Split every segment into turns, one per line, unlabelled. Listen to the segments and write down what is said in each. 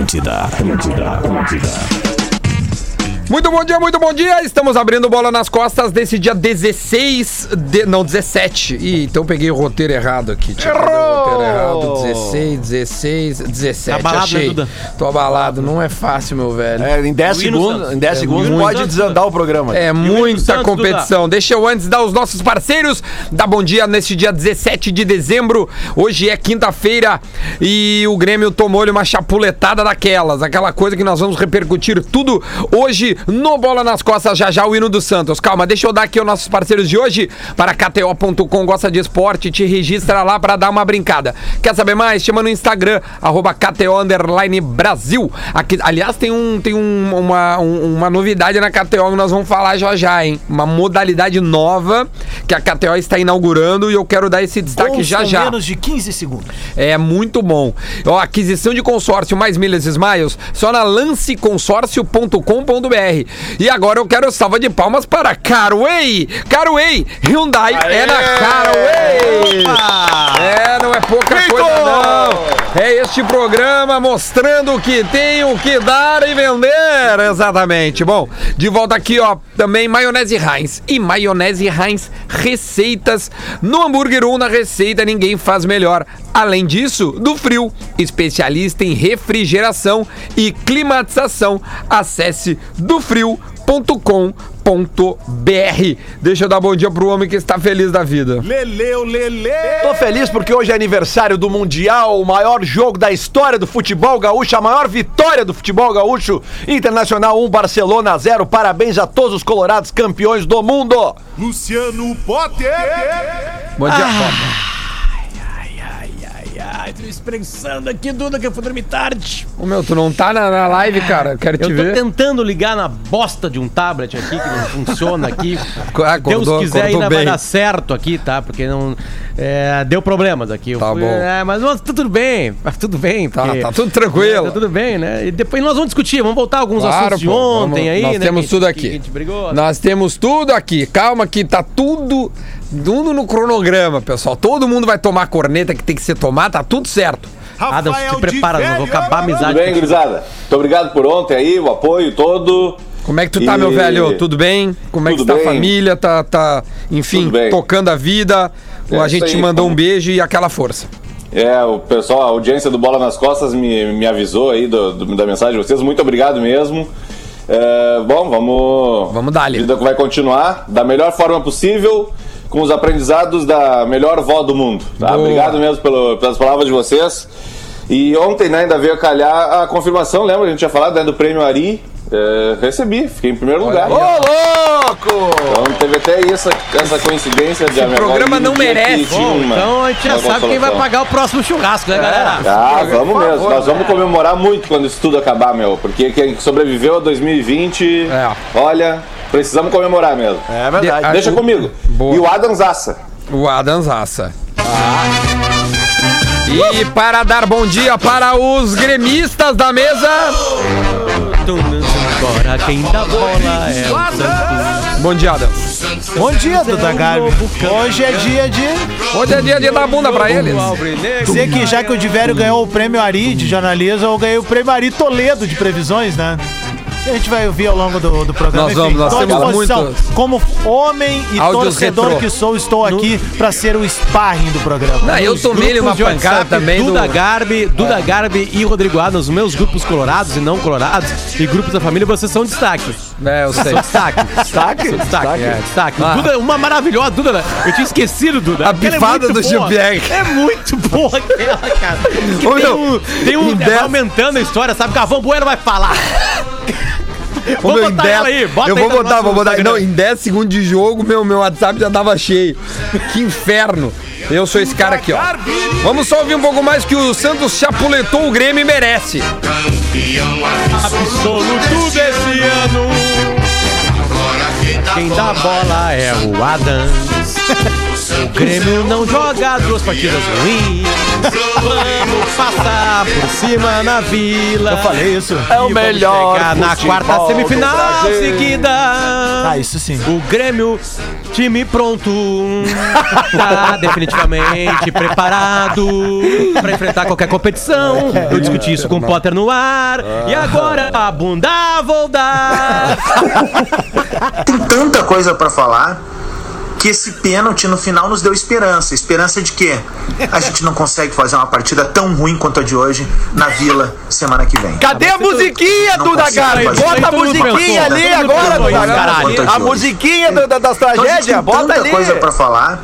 Atlântida, Atlântida, Atlântida.
Muito bom dia, muito bom dia. Estamos abrindo bola nas costas desse dia 16 de, não, 17. Ih, então peguei o roteiro errado aqui. Tinha que pegar o roteiro errado, 16, 16, 17.
Tá abalado, né,
Achei.
Duda?
Tô abalado, não é fácil, meu velho.
É, em 10
Hino
segundos,
Santos.
em 10
É,
segundos
Hino
pode
Santos,
desandar o programa.
É
Espírito
muita
Santo,
competição. Deixa eu antes dar os nossos parceiros. Dá bom dia neste dia 17 de dezembro. Hoje é quinta-feira e o Grêmio tomou-lhe uma chapuletada daquelas. Aquela coisa que nós vamos repercutir tudo hoje no Bola nas Costas. Já já o hino do Santos. Calma, deixa eu dar aqui os nossos parceiros de hoje para KTO.com. Gosta de esporte? Te registra lá para dar uma brincada. Quer saber mais? Chama no Instagram, arroba KTO underline Brasil. Aqui, aliás, tem, um, tem um- uma, um- uma novidade na KTO que nós vamos falar já já, hein? Uma modalidade nova que a KTO está inaugurando e eu quero dar esse destaque
Ouçam
Tá
Então,
já já.
menos de 15 segundos.
É muito bom. Ó, aquisição de consórcio mais milhas e smiles só na lanceconsórcio.com.br. E agora eu quero salva de palmas para Carway. Carway, Hyundai é na Carway. É, não é pouca coisa não. É este programa mostrando o que tem, o que dar e vender. Exatamente. Bom, de volta aqui, ó, também maionese Heinz e maionese Heinz receitas no hambúrguer 1 na receita ninguém faz melhor. Além disso, do frio, especialista em refrigeração e climatização. Acesse dofrio.com.br. Deixa eu dar bom dia pro homem que está feliz da vida.
Leleu, lele. Tô feliz porque hoje é aniversário do Mundial, o maior jogo da história do futebol gaúcho, a maior vitória do futebol gaúcho. Internacional 1, Barcelona 0. Parabéns a todos os colorados campeões do mundo.
Luciano Potter.
Bom dia, Copa.
Ai, tô espreguiçando aqui, Duda, que eu fui dormir tarde.
Ô meu, tu não tá na, na live, cara? Eu Quero te
Eu tô
ver.
tentando ligar na bosta de um tablet aqui, que não funciona aqui.
Ah,
Deus
acordou-
quiser,
acordou
ainda vai
bem.
dar certo aqui, tá? Porque não. é, deu problemas aqui. Eu
Tá bom.
é, mas mas tá tudo bem, tá tudo bem.
Tá,
porque-
tá tudo tranquilo.
Tá tudo bem, né? E depois nós vamos discutir, vamos voltar a alguns
Claro,
assuntos de
pô,
ontem
vamos-
aí,
nós
né?
temos
que-
tudo
que-
aqui.
Que, a gente brigou.
Nós temos tudo aqui. Calma que tá tudo, tudo no cronograma, pessoal. Todo mundo vai tomar a corneta que tem que ser tomada, tá tudo certo.
Adam, te prepara, nós vamos acabar a amizade.
Tudo bem,
contigo.
gurizada? Muito obrigado por ontem aí, o apoio todo.
Como é que tu tá, meu
E-
velho? Tudo bem? Como é que
Tudo
tá a
bem.
família? Tá, tá enfim,
Tudo bem.
tocando a vida.
É
a
isso
gente te
aí,
mandou
pô.
um beijo e aquela força.
É, o pessoal, a audiência do Bola nas Costas me, me avisou aí do- do- da mensagem de vocês. Muito obrigado mesmo. É, bom, vamos.
Vamos dar-lhe.
A vida vai continuar da melhor forma possível, com os aprendizados da melhor vó do mundo. tá?
Boa.
Obrigado mesmo pelo- pelas palavras de vocês. E ontem né, ainda veio calhar a confirmação, lembra? A gente tinha falado né, do prêmio Ari. É, recebi, fiquei em primeiro lugar.
aí, ó.
louco!
Então teve até essa, essa coincidência de
Esse programa não merece.
Bom, então a gente já sabe quem vai pagar o próximo churrasco, né, galera?
Ah, vamos mesmo. Nós
É.
vamos comemorar muito quando isso tudo acabar, meu. Porque quem sobreviveu a 2020,
É.
olha, precisamos comemorar mesmo.
É verdade.
Ah,
Deixa
o-
comigo.
Boa.
E o Adam Zassa.
O Adam Zassa. E para dar bom dia para os gremistas da mesa.
Tu não Bora, quem dá bola é o
Bom dia, Adam.
Bom dia, Duda
um
Garbi. Hoje é dia de.
Hoje é dia de dar bunda pra eles.
Dizer que já que o Diverio ganhou o prêmio Ari de jornalismo, eu ganhei o prêmio Ari Toledo de previsões, né? A gente vai ouvir ao longo do, do programa.
Nós vamos, nós
tô à
temos
disposição.
muitos.
Como homem e
Áudios
torcedor
retrô.
que sou, estou aqui pra ser o sparring do programa.
Ah, eu tomei uma pancada também É. do...
Duda Garbi, Duda Garbi e Rodrigo Adam, os meus grupos colorados e não colorados e grupos da família, vocês são destaque.
É, eu sei.
São destaque. destaque? Destaque, é, destaque.
Ah.
Duda, uma maravilhosa, Duda, né? eu tinha esquecido, Duda.
A
Aquela
pifada
é muito
do
boa.
Gilberg.
É muito boa aquela, cara. Que
Ô,
tem
meu,
um, tem um
em
vai
dez-
aumentando a história, sabe? Galvão Bueno vai falar.
Ô, meu,
Vamos botar ela aí, bota
eu
aí
vou
no
botar,
nosso
vou botar.
Instagram.
Não, em 10 segundos de jogo, meu, meu WhatsApp já tava cheio. Que inferno. Eu sou esse cara aqui, ó. Vamos só ouvir um pouco mais que o Santos chapuletou o Grêmio e merece.
absoluto desse ano. Quem dá bola é o Adams. O Grêmio não joga duas partidas ruins. Vamos passar por cima na vila. Eu
Falei isso.
É o melhor.
na
futebol
quarta
do
semifinal
Brasil.
seguida.
Ah, isso sim.
O Grêmio, time pronto, tá definitivamente preparado pra enfrentar qualquer competição. Eu discuti isso com o Potter no ar. E agora a bunda vou dar.
tem tanta coisa pra falar que esse pênalti no final nos deu esperança. Esperança de quê? A gente não consegue fazer uma partida tão ruim quanto a de hoje na Vila semana que vem.
Cadê a musiquinha,
Não
Duda
consigo
Garbi?
fazer.
Bota a
Todo mundo
musiquinha
pensou,
ali
todo mundo
agora,
pensou
Duda
isso,
Garbi.
caralho.
A musiquinha da- da- das
Então a gente
tragédias,
tem
bota
tanta
ali.
coisa pra falar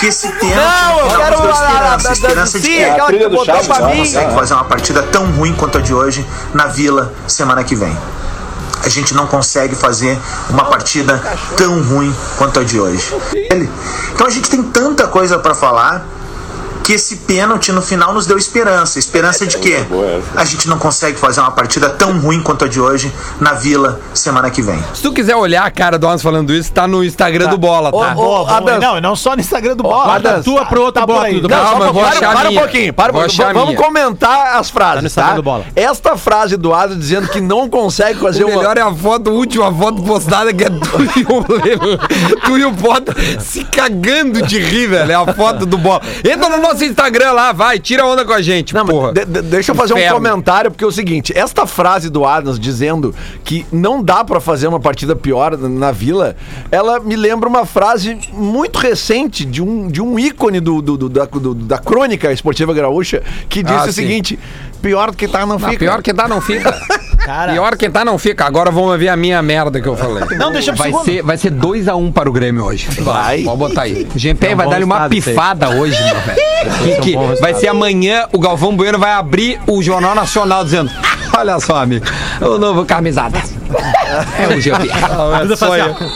que esse pênalti
Não, eu
no final
quero
nos
a-
deu
a-
esperança.
a-
esperança de
sim,
quê?
aquela que
trilha
tu
do
botou
Chaves,
pra
né?
mim.
Nossa,
consegue fazer uma partida tão ruim quanto a de hoje na Vila semana que vem. A gente não consegue fazer uma partida tão ruim quanto a de hoje. Ele- Então a gente tem tanta coisa pra falar que esse pênalti no final nos deu esperança. Esperança de quê? A gente não consegue fazer uma partida tão ruim quanto a de hoje na Vila semana que vem.
Se tu quiser olhar a cara do Alonso falando isso, tá no Instagram do Bola, tá?
Ô,
Boa, boa.
Adams.
Não, não só no Instagram do Bola.
Adams.
da tua pro outro
Tá
tá
bom,
aí.
tudo
Não,
bem.
Não,
Calma,
só
eu vou
para,
achar a
para um
minha.
pouquinho, para um
Vou
pouquinho.
achar a
Vamos
minha.
comentar as
Tá no
frases,
Instagram
tá?
do Bola.
Esta frase do Ado dizendo que não consegue fazer
O
uma...
melhor é a foto, a última foto postada que é tu e o Lele- tu e o Potter se cagando de rir, velho. É a foto do Bola. Entra no nosso Instagram lá, vai, tira onda com a gente,
Não, mas
porra.
de- de- deixa eu fazer
Inferno.
um comentário, porque é o seguinte: esta frase do Adams dizendo que não dá pra fazer uma partida pior na, na vila, ela me lembra uma frase muito recente de um, de um ícone do, do- do- da, do- da crônica esportiva gaúcha que disse
Ah,
o
sim.
seguinte: pior do que tá não
Ah,
fica.
pior que tá, não fica. Pior que tá, não fica. Agora vamos ver a minha merda que eu falei.
Não, deixa pro
Vai
segundo.
ser, vai ser 2x1 para o Grêmio hoje. tá
Vai.
Pode botar aí. Gempen
um
vai
bom
dar-lhe uma
resultado isso aí.
pifada hoje, meu velho. Que- que
bom
vai
resultado.
ser amanhã, o Galvão Bueno vai abrir o Jornal Nacional dizendo: "Ah, Olha só, amigo, o novo camisada. É o Gempen.
Duda faz assim, ó.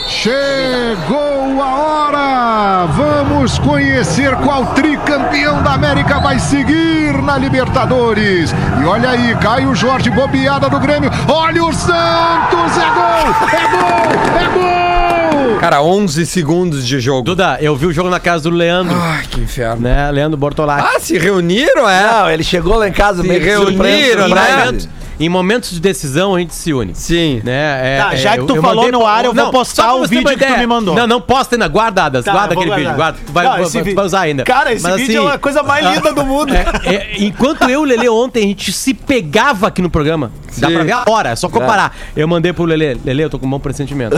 Chegou a hora! Vamos conhecer qual tricampeão da América vai seguir na Libertadores. E olha aí, Caio Jorge, bobeada do Grêmio. Olha o Santos! É gol! É gol! É gol!
Cara, 11 segundos de jogo.
Duda, eu vi o jogo na casa do Leandro,
Ai, que inferno.
né? Leandro Bortolatti.
Ah, se reuniram, é?
Não, ele chegou lá em casa
Se
meio que
reuniram,
surpreso,
né?
surpreso.
Em momentos de decisão a gente se une.
Sim.
Né? É,
Tá, já
é,
que tu falou
mandei
no
pra-
ar, eu vou postar
só pra
o
você ter
vídeo
uma
que tu
ideia.
me mandou.
Não, não posta ainda, guarda, Adas,
Tá,
guarda
eu vou
aquele vídeo,
guardar.
guarda. Tu vai,
Não,
vai-
esse
tu
vi-
vai usar ainda.
Cara, esse
Mas,
vídeo
assim,
é a coisa mais linda do mundo.
é, é, enquanto eu, Lele, ontem a gente se pegava aqui no programa. Dá
Sim.
pra ver a hora, é só comparar. Eu mandei pro Lele, Lele, eu tô com um bom pressentimento.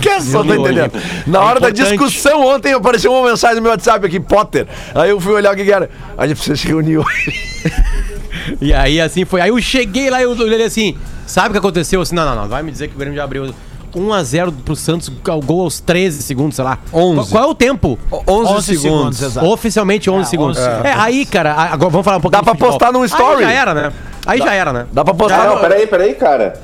Que é só, tá
Reuniu hoje.
entendendo? Na hora da
É importante.
discussão ontem apareceu uma mensagem no meu WhatsApp aqui, Potter. Aí eu fui olhar o que, que era. A gente precisa se reunir hoje.
E aí assim foi. Aí eu cheguei lá e o Lele assim, sabe o que aconteceu? Eu Assim, não, não, não, vai me dizer que o Grêmio já abriu 1 a 0 pro Santos, o gol aos 13 segundos, sei lá.
11.
Qual, qual é o tempo?
11,
11
segundos.
segundos, exato. Ah,
Oficialmente 11 segundos.
11
É, aí, cara, a- agora vamos falar um pouquinho.
Dá pra
de futebol.
postar num story.
Aí já era, né? Aí já era, né?
Dá pra postar.
Ah, Não,
no-
peraí, peraí, cara.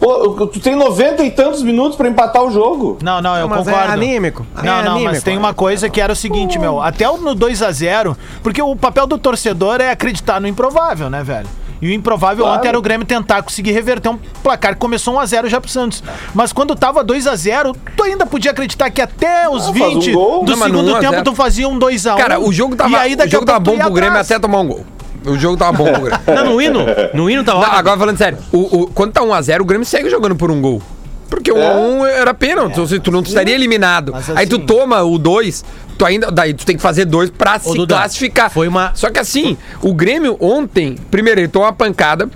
Pô, tu tem 90 e tantos minutos pra empatar o jogo.
Não, não, eu
Mas é
concordo.
anêmico. É
Não, não, mas
anêmico.
tem uma coisa que era o seguinte, meu. Até o no 2x0, porque o papel do torcedor é acreditar no improvável, né, velho? E o improvável ontem era o Grêmio tentar conseguir reverter um placar que começou 1x0 já pro Santos. Mas quando tava 2x0, tu ainda podia acreditar que até os
Ah, faz
20
um gol.
do
Não, mas no
segundo
1 a 0.
tempo tu fazia um 2x1.
Cara, o jogo tava,
e aí
o
daqui a
jogo tava
pouco tu
bom
ia
pro Grêmio
atrás.
até tomar um gol. O jogo tava bom pro Grêmio.
Não, no hino. No hino tava
Não,
ótimo.
agora falando sério, o, o- quando tá 1x0, o Grêmio segue jogando por um gol. Porque o 1x1 era pênalti, ou seja, tu não estaria eliminado.
É. Mas
Aí tu
assim-
toma o 2, tu ainda. Daí tu tem que fazer dois pra se
Duda,
classificar.
foi uma-
Só que assim, o Grêmio ontem, primeiro, ele tomou uma pancada.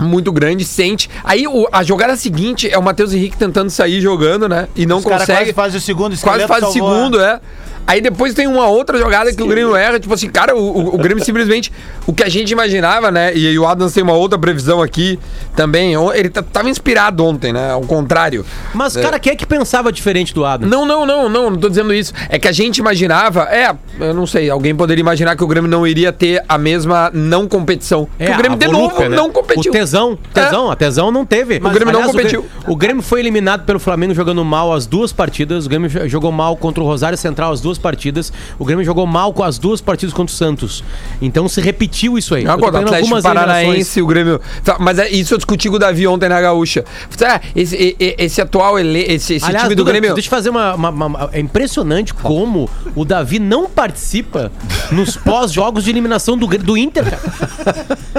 Muito grande, sente. Aí o- a jogada seguinte é o Matheus Henrique tentando sair jogando, né? E não
Os caras
consegue.
quase fazem o segundo,
Quase
esqueleto
faz o
salvou, né?
segundo, é. Aí depois tem uma outra jogada que o Grêmio erra, tipo assim, cara, o, o- o Grêmio simplesmente. O que a gente imaginava, né? E, aí o Adams tem uma outra previsão aqui também. O- Ele tá- tava inspirado ontem, né? Ao contrário.
Mas, cara, quem é que pensava diferente do Adam?
Não, não, não, não, não tô dizendo isso. É que a gente imaginava. É, eu não sei, alguém poderia imaginar que o Grêmio não iria ter a mesma não competição. Que o Grêmio,
a
de
volúpia,
novo,
né?
não competiu. É.
O tesão, tesão, a tesão não teve.
O Grêmio não competiu.
O Grêmio, o Grêmio foi eliminado pelo Flamengo jogando mal as duas partidas. O Grêmio jo- jogou mal contra o Rosário Central as duas duas partidas. O Grêmio jogou mal com as duas partidas contra o Santos. Então se repetiu isso aí. Eu tô
Agora, Ah, o
vendo
tá Atlético
eliminações.
Paranaense, o Grêmio. Tá, Mas é, isso eu discuti com o Davi ontem na Gaúcha. Ah, Esse, e- e- esse atual ele, esse, esse
Aliás,
time do
Duda,
Grêmio.
Deixa eu fazer uma, uma- uma- É impressionante como o Davi não participa nos pós-jogos de eliminação do, Grê- do Inter, cara.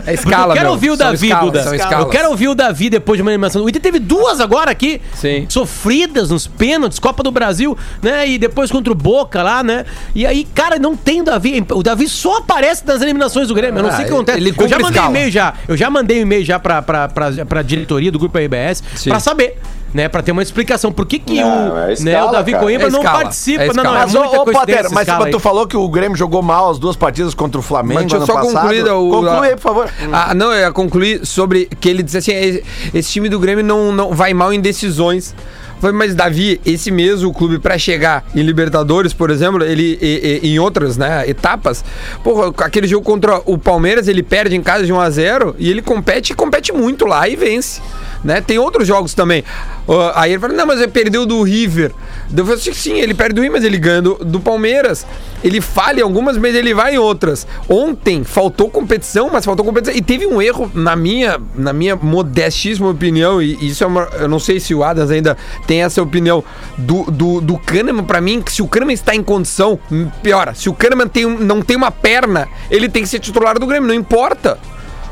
É
Eu
escala,
quero
meu.
ouvir o
São
Davi,
escalas,
Duda.
são
Eu
escalas.
quero ouvir o Davi depois de uma eliminação. O Inter teve duas agora aqui,
Sim.
sofridas nos pênaltis, Copa do Brasil, né? E depois contra o Boca lá, né? E aí, cara, não tem o Davi. O Davi só aparece nas eliminações do Grêmio. Eu não
Ah,
sei o que acontece.
ele
eu
cumpre
já mandei
escala.
e-mail já. Eu já mandei um e-mail já pra, pra, pra, pra diretoria do Grupo RBS
Sim.
pra saber. Né, pra ter uma explicação. Por que, que
Não,
o,
é
né,
escala,
o Davi
cara.
Coimbra
É
não
escala,
participa?
é
não, não, é
escala.
Mas, ô,
muita
ô
coincidência
Potter,
essa
mas
escala aí.
tu falou que o Grêmio jogou mal as duas partidas contra o Flamengo.
Mas deixa eu
ano
só
passado.
concluir o.
Conclui
a-
aí, por favor.
Ah, não, eu ia concluir sobre que ele disse assim: "Esse- esse time do Grêmio não, não vai mal em decisões. Eu falei, Mas, Davi, esse mesmo clube, pra chegar em Libertadores, por exemplo, ele e- e- em outras né, etapas, porra, aquele jogo contra o Palmeiras, ele perde em casa de 1 a 0 e ele compete e compete muito lá e vence. Né? Tem outros jogos também. Ah, aí ele fala: não, mas ele perdeu do River. Eu falei assim: sim, ele perde do River, mas ele ganha do, do Palmeiras. Ele falha em algumas, mas ele vai em outras. Ontem faltou competição, mas faltou competição. E teve um erro, na minha, na minha modestíssima opinião, e isso é uma. Eu não sei se o Adams ainda tem essa opinião do, do, do Kahneman, pra mim, que se o Kahneman está em condição, hum, piora. Se o Kahneman tem, um- não tem uma perna, ele tem que ser titular do Grêmio, não importa.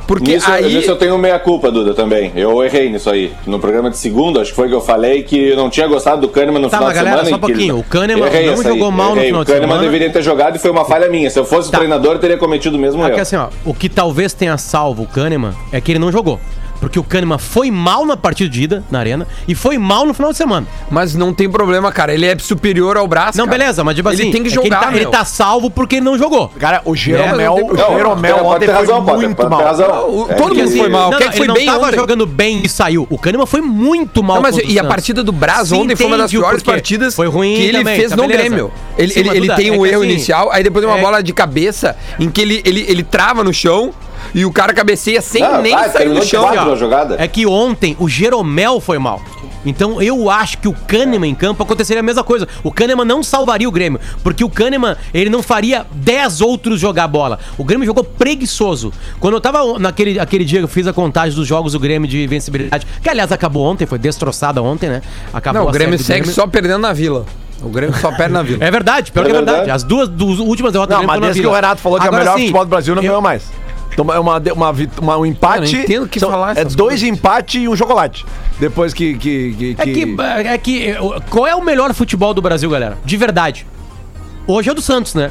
Porque
Nisso,
aí.
nisso eu tenho meia culpa, Duda, também. Eu errei nisso aí. No programa de segunda, acho que foi que eu falei que eu não tinha gostado do Kahneman no
Tá,
final
mas
de
galera,
semana.
só
em
um
que ele-
pouquinho. O Kahneman
Errei
não
essa aí.
jogou mal no
Errei.
final de
O Kahneman
semana.
deveria ter jogado e foi uma falha minha. Se eu fosse
Tá.
treinador, eu teria cometido o mesmo
É.
Ah,
erro.
que assim, ó, o que talvez tenha salvo o Kahneman é que ele não jogou. Porque o Kahneman foi mal na partida de ida, na arena, e foi mal no final de semana.
Mas não tem problema, cara. Ele é superior ao braço.
Não,
cara.
beleza, mas tipo assim,
Ele tem que
é
jogar,
ele, tá, ele
meu.
tá salvo porque ele não jogou.
Cara, o
É,
Jeromel,
não tem
o
problema.
Jeromel
Pode
ontem
ter
foi
razão, Potter,
muito
pode ter
mal.
razão.
O-
É
todo
que
mundo
assim,
foi mal.
Não,
Quem
não,
que foi
ele não
bem
tava
ontem?
jogando bem e saiu. O Kahneman foi muito mal.
Não, mas
contra o
e a
Santos.
partida do Braz
Se
ontem foi uma das
entende o
piores
porquê.
partidas
Foi ruim
que ele
também,
fez
tá,
no
beleza.
Grêmio. Ele,
Sim,
ele,
mas,
ele
Duda,
tem
é
um
que
erro
assim,
inicial, aí depois uma
é-
bola de cabeça em que ele, ele, ele trava no chão e o cara cabeceia sem
Não,
nem
vai,
sair do
terminou de
chão.
quatro.
Ó,
na jogada.
É que ontem o Jeromel foi mal. Então eu acho que o Kahneman em campo aconteceria a mesma coisa. O Kahneman não salvaria o Grêmio, porque o Kahneman, ele não faria 10 outros jogar bola. O Grêmio jogou preguiçoso. Quando eu tava on- naquele aquele dia que eu fiz a contagem dos jogos do Grêmio de vencibilidade, que aliás acabou ontem, foi destroçada ontem, né? Acabou
Não, o
a
Grêmio
série do
segue só perdendo na vila. O Grêmio só perde na vila.
É verdade, pior que é
É
verdade.
verdade.
As duas dos últimas derrotas
Não,
do Grêmio
mas
foram na
desde que
Vila.
o Renato falou que é o
Agora,
melhor
assim,
futebol do Brasil, não
eu-
ganhou mais. Então, é uma, de- uma, vit- uma, um empate.
Eu não entendo o que falar
É
essas
dois empates e um chocolate. Depois que. que, que,
É que, é que. eh, Qual é o melhor futebol do Brasil, galera? De verdade. Hoje é o do Santos, né?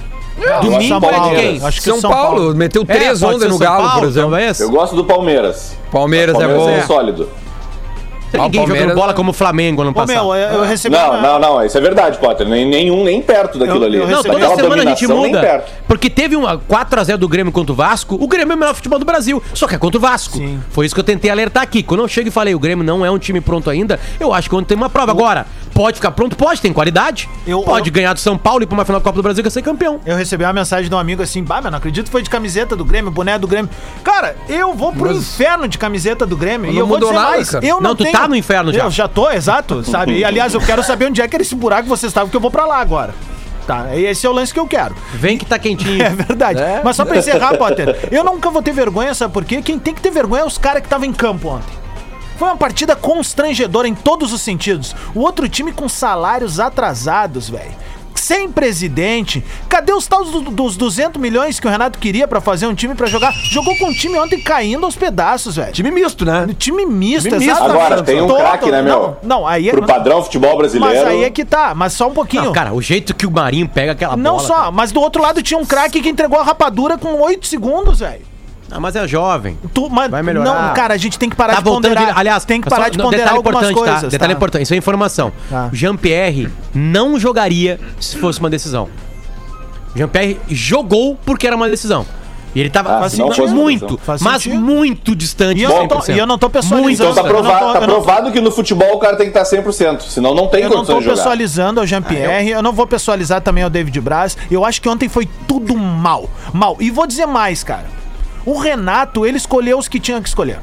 Domingo é de quem?
Palmeiras.
Acho que
né, São, Paulo, meteu
É,
3
pode
ontem
ser
no
São
Galo,
Paulo, então,
por exemplo.
Talvez.
Eu gosto do Palmeiras.
Palmeiras,
Palmeiras
é
é,
bom.
sólido.
Ninguém
Palmeiras-
jogando bola como o Flamengo ano
Ô,
passado.
meu, eu, eu recebi.
Não,
uma-
não, não. Isso é verdade, Potter. Nem, nenhum, nem perto daquilo
Eu-
ali.
eu
Não,
recebi-
toda
Aquela
semana a gente
dominação, nem
muda.
perto.
Porque teve uma 4x0 do Grêmio contra o Vasco. O Grêmio é o melhor futebol do Brasil. Só que é contra o Vasco.
Sim.
Foi isso que eu tentei alertar aqui. Quando eu chego e falei, o Grêmio não é um time pronto ainda, eu acho que ontem tem uma prova. Agora, pode ficar pronto? Pode, tem qualidade.
Eu-
pode
eu-
ganhar do São Paulo e ir pra uma final da Copa do Brasil que é ser campeão.
Eu recebi uma mensagem de um amigo assim, bah, mas não acredito, foi de camiseta do Grêmio, boné do Grêmio. Cara, eu vou pro inferno de camiseta do Grêmio.
Mas
e
não
eu vou
mudou
dizer
nada,
mais,
cara.
eu não,
Não, tu
tenho-
tá no inferno já.
Eu já tô, exato, sabe? E aliás, eu quero saber onde é que era esse buraco que vocês estavam, que eu vou pra lá agora. Tá, e esse é o lance que eu quero.
Vem que tá quentinho.
É verdade.
Né?
Mas só pra encerrar, Potter, eu nunca vou ter vergonha, sabe por quê? Quem tem que ter vergonha é os caras que estavam em campo ontem. Foi uma partida constrangedora em todos os sentidos. O outro time com salários atrasados, velho. Sem presidente. Cadê os tais do- dos 200 milhões que o Renato queria pra fazer um time pra jogar? Jogou com um time ontem caindo aos pedaços, velho. Time,
Time misto, né?
misto,
Time misto.
exatamente.
Agora, tem um
Todo-
craque, né, meu?
Não, não, aí é...
Pro padrão futebol brasileiro.
Mas aí é que tá, mas só um pouquinho.
Não, cara, o jeito que o Marinho pega aquela
Não
bola.
só, mas do outro lado tinha um craque que entregou a rapadura com 8 segundos, velho.
Ah, mas é jovem.
Tu, mas,
Vai melhorar.
Não, cara, a gente tem que parar
tá
de
voltando
ponderar.
de, aliás,
tem que
só-
parar de
não,
ponderar
detalhe
algumas
importante,
coisas.
Tá? Detalhe importante, isso é informação.
Tá.
Jean Pierre não jogaria se fosse uma decisão. Jean Pierre jogou porque era uma decisão. E ele tava
Ah, se não fosse uma
muito,
decisão.
Faz
mas
sentido.
muito distante.
E eu,
de
não tô,
100%.
e eu não tô pessoalizando.
Então tá
eu não tô-
provado, tá
eu não-
provado que no futebol o cara tem que tá estar 100%, senão não tem
Eu não
condição
tô
de jogar.
pessoalizando ao Jean-Pierre, eu... não vou pessoalizar também ao David Braz. Eu acho que ontem foi tudo mal. Mal. E vou dizer mais, cara. O Renato, ele escolheu os que tinha que escolher.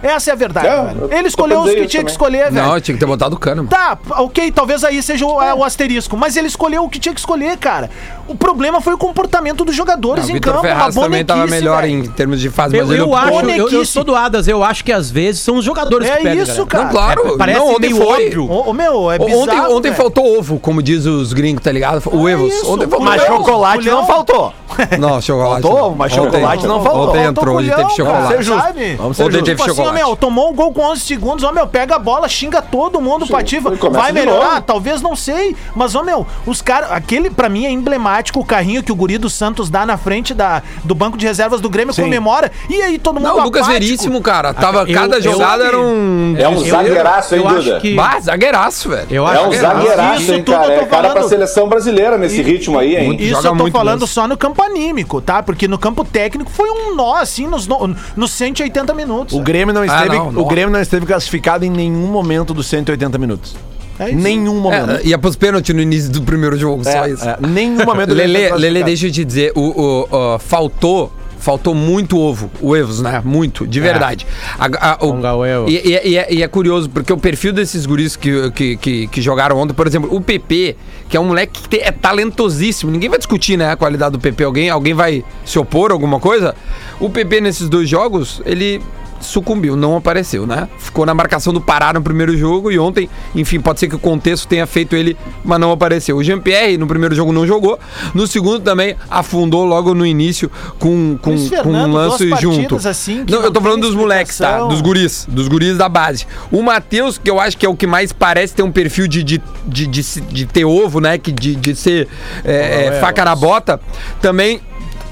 Essa é a verdade.
É,
velho.
eu- eu
Ele escolheu os
pensei
que
isso
tinha que
também.
escolher, velho.
Não, eu tinha que ter botado o cano. mano.
Tá, p- ok, talvez aí seja o, é, o asterisco, mas ele escolheu o que tinha que escolher, cara. O problema foi o comportamento
Ah,
dos
O
jogadores em
Vitor
campo.
Ferraz
uma
também tava
então, bonequice,
melhor
velho.
em termos de fase, mas
Eu,
ele
eu acho, eu, eu
Bonequice.
sou doadas, eu acho que às vezes são os jogadores
É
que perdem,
isso,
galera.
cara.
Não, claro,
Parece
não, ontem
meio
foi.
óbvio.
Ô, ô, meu, é
O-
bizarro,
ontem ontem
velho.
faltou ovo, como diz os gringos, tá ligado? O Evos.
isso,
ontem faltou
Mas
Não,
chocolate
não.
não faltou.
Não, chocolate.
Faltou,
não.
mas chocolate não faltou.
Ontem
Faltou
entrou, hoje
culhão,
teve chocolate.
cara,
Vamos ser justos.
sabe?
Vamos ser
Ontem
justos.
teve
Tipo assim, ó,
chocolate.
meu, tomou um gol com 11 segundos, ó, meu, pega a bola, xinga todo mundo, pativa.
começa
Vai
de
melhorar?
novo.
Talvez, não sei. Mas, ó, meu, os caras... Aquele, pra mim, é emblemático, o carrinho que o guri do Santos dá na frente da, do banco de reservas do Grêmio, comemora. E aí, todo mundo
Não, o Lucas
apático.
Veríssimo, cara. Tava,
eu-
cada
eu-
jogada era um.
É um
Eu-
zagueiraço, hein,
eu acho
Duda?
que-
Bah, zagueiraço, velho.
Eu
É
acho
um
que
Isso
zagueiraço, hein,
tudo eu
cara?
tô
É cara pra
falando.
seleção brasileira nesse ritmo aí, hein?
Muito.
Isso
Joga
eu tô falando
mesmo.
só no campo anímico, tá? Porque no campo técnico foi um nó, assim, nos, no- nos 180 minutos.
O Grêmio não esteve,
Ah, não,
o
não.
Grêmio não esteve classificado em nenhum momento dos 180 minutos.
É isso.
Nenhum momento.
É, ia pros pênaltis no início do primeiro jogo, só
É,
isso.
é, nenhum momento.
tá
Lele,
ele
Lele,
esteve
deixa eu te dizer, o, o- ó, faltou. Faltou muito ovo, o Evos, né? Muito, de verdade. A- a- o-
É. Longa o Evo.
e, e- e é, e é curioso, porque o perfil desses guris que, que, que, que jogaram ontem, por exemplo, o PP, que é um moleque que te- é talentosíssimo. Ninguém vai discutir, né, a qualidade do PP. Alguém, alguém vai se opor a alguma coisa? O PP nesses dois jogos, ele sucumbiu, não apareceu, né? Ficou na marcação do Pará no primeiro jogo e ontem, enfim, pode ser que o contexto tenha feito ele, mas não apareceu. O Jean-Pierre no primeiro jogo não jogou, no segundo também afundou logo no início com, com,
Luiz
com um
Fernando,
lance
duas
junto.
partidas assim que
não, eu
não
tô falando
tem
dos moleques, tá?
explicação.
Dos guris, dos guris da base. O Matheus, que eu acho que é o que mais parece ter um perfil de, de, de, de se- de ter ovo, né? Que de, de ser é, é, faca na bota, também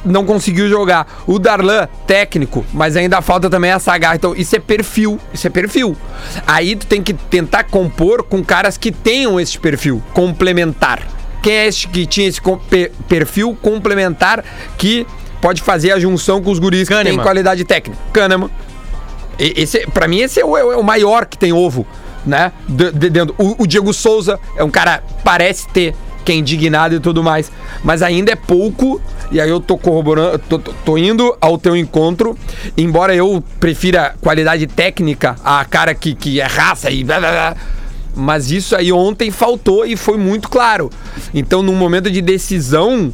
não conseguiu jogar. O Darlan, técnico, mas ainda falta também a Sagar. Então, isso é perfil, isso é perfil. Aí tu tem que tentar compor com caras que tenham esse perfil complementar. Quem é este que tinha esse com- pe- perfil complementar que pode fazer a junção com os guris que têm
Kahneman.
qualidade técnica? Kahneman, e- Esse, pra mim, esse é o, é o maior que tem ovo, né? De- de- dentro. O, o Diego Souza é um cara, parece ter, que é indignado e tudo mais, mas ainda é pouco, e aí eu tô corroborando, tô, tô- tô indo ao teu encontro, embora eu prefira qualidade técnica a cara que, que é raça e blá blá blá. Mas isso aí ontem faltou e foi muito claro. Então, num momento de decisão,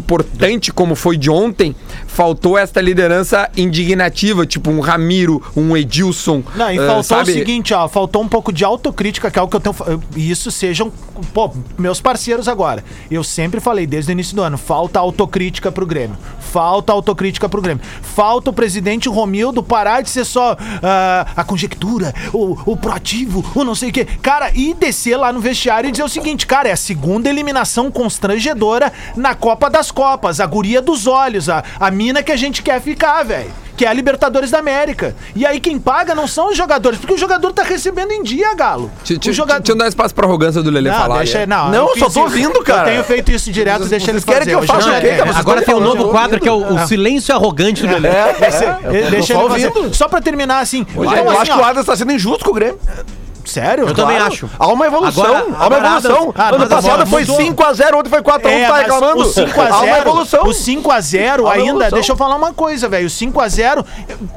importante como foi de ontem, faltou esta liderança indignativa, tipo um Ramiro, um Edilson.
Não, e
eh,
faltou
sabe?
o seguinte, ó, faltou um pouco de autocrítica, que é o que eu tenho. fa- E isso sejam, pô, meus parceiros agora. Eu sempre falei desde o início do ano: falta autocrítica pro Grêmio. Falta autocrítica pro Grêmio. Falta o presidente Romildo parar de ser só ah, a conjectura, o, o proativo, o não sei o quê. Cara, e descer lá no vestiário e dizer o seguinte, cara, é a segunda eliminação constrangedora na Copa das Copas, a guria dos olhos, a, a mina que a gente quer ficar, velho que é a Libertadores da América. E aí quem paga não são os jogadores, porque o jogador tá recebendo em dia, Galo.
Deixa-
o
Deixa
jogador...
deixa eu dar espaço pra arrogância do Lelê
não,
falar. é.
deixa,
aí.
não,
Não, eu
eu
só
fiz
tô
isso.
ouvindo, cara.
Eu tenho feito isso direto, deixa eles
querem
fazer.
que eu
Hoje
faça
não
o
é.
quê, cara? Vocês
Agora
estão
tem um
falando,
novo
eu
quadro que é o, o
Ah.
silêncio arrogante do Lelê.
É, Deixa
tô
ele fazer.
ouvindo.
Só pra terminar assim.
classificado.
então,
eu
assim,
acho que o
ó,
Adas está sendo injusto com o Grêmio.
sério?
Eu também acho.
Há uma evolução.
Agora-
há uma
agora
evolução.
Adas- ah,
ano
mas
passado
agora
foi
mudou.
5x0, ontem foi 4x1,
É,
tá
mas
reclamando.
O 5 a
Há uma
0,
evolução.
o 5 a 0
Há uma
ainda,
evolução.
deixa eu falar uma coisa, velho, o 5 a 0,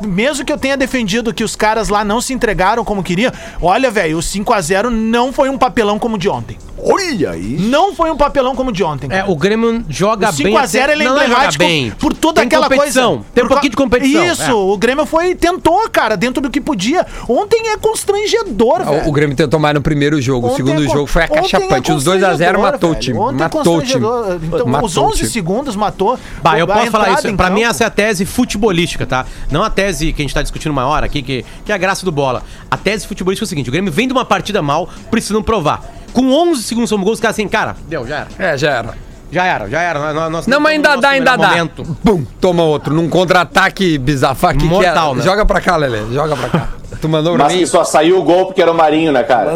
mesmo que eu tenha defendido que os caras lá não se entregaram como queriam, olha, velho, o 5 a 0 não foi um papelão como o de ontem.
Olha aí.
Não foi um papelão como o de ontem.
É, o Grêmio joga
O
bem.
5x0
até-
ele é
Não, não joga
emblemático
bem.
por toda
Tem
aquela
competição,
coisa.
Tem um
Por
pouquinho de
ca-
competição. é.
Isso, o Grêmio foi tentou, cara, dentro do que podia. Ontem é constrangedor,
Ah, O-
velho.
O Grêmio tentou mais no primeiro jogo.
Ontem
o segundo
é con-
jogo foi a
ontem é
cachapante. Os 2x0
constrangedor,
matou o
velho.
time.
Ontem é
Matou o time.
constrangedor. Então,
Matou
os
o
11
time.
segundos matou.
Bah, eu
A
posso falar
entrada então.
isso.
em
Pra mim,
campo.
essa é a tese futebolística, tá? Não a tese que a gente tá discutindo uma hora aqui, que, que é a graça do bola. A tese futebolística é o seguinte: o Grêmio vem de uma partida mal, precisam provar. Com 11 segundos sobre gol, os caras assim, cara, deu, já era.
É, já era.
Já era, já era. Nós- nós
Não, mas
estamos
ainda dá,
no nosso
ainda
melhor
dá.
momento.
Pum, toma outro. Num contra-ataque bizarro. Que
Mortal,
que é?
né?
Joga pra cá, Lelê. Joga pra cá. Tu mandou pra
Mas
mim.
que só saiu o gol porque era o Marinho, né, cara?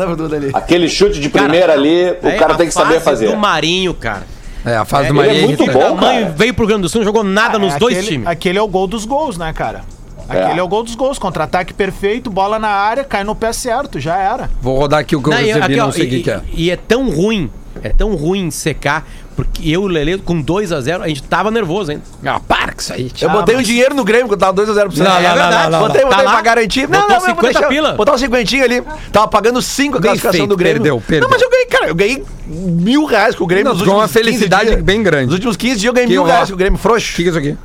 Aquele chute de primeira ali, o
É,
cara
a
tem que saber
fase
fazer.
Do Marinho, cara.
É, a fase do
ele é
Maria
muito
irritante.
bom,
tamanho
cara.
veio pro Rio Grande do Sul, não jogou nada
É,
nos dois
aquele-
times.
Aquele é o gol dos gols, né, cara? Aquele é, o gol dos gols, contra-ataque perfeito, bola na área, cai no pé certo, já era.
Vou rodar aqui o que eu
Não, e-
recebi,
aqui, ó,
não sei o
e,
que que é.
e- e é tão ruim, é tão ruim secar, porque eu e o Lele, com 2x0, a, gente tava nervoso ainda.
Ah, para, que isso aí.
Eu botei um dinheiro no Grêmio, quando tava 2x0 pro Santos.
Não, não,
É
não,
verdade.
não, não,
Botei,
não.
botei
Tá
pra
lá?
garantir. Não,
Botou
não, eu vou
50
deixar.
pila?
Botar um cinquentinho ali. Tava pagando 5 a
Bem
classificação
feito,
do Grêmio.
perdeu, perdeu.
Não, mas eu ganhei, cara, eu ganhei mil reais com o Grêmio
Não,
nos
tu ganhou
últimos
uma felicidade
15 dias.
bem grande.
Nos últimos 15 dias eu ganhei
Que
mil
ó.
reais com o Grêmio frouxo.
que é isso aqui?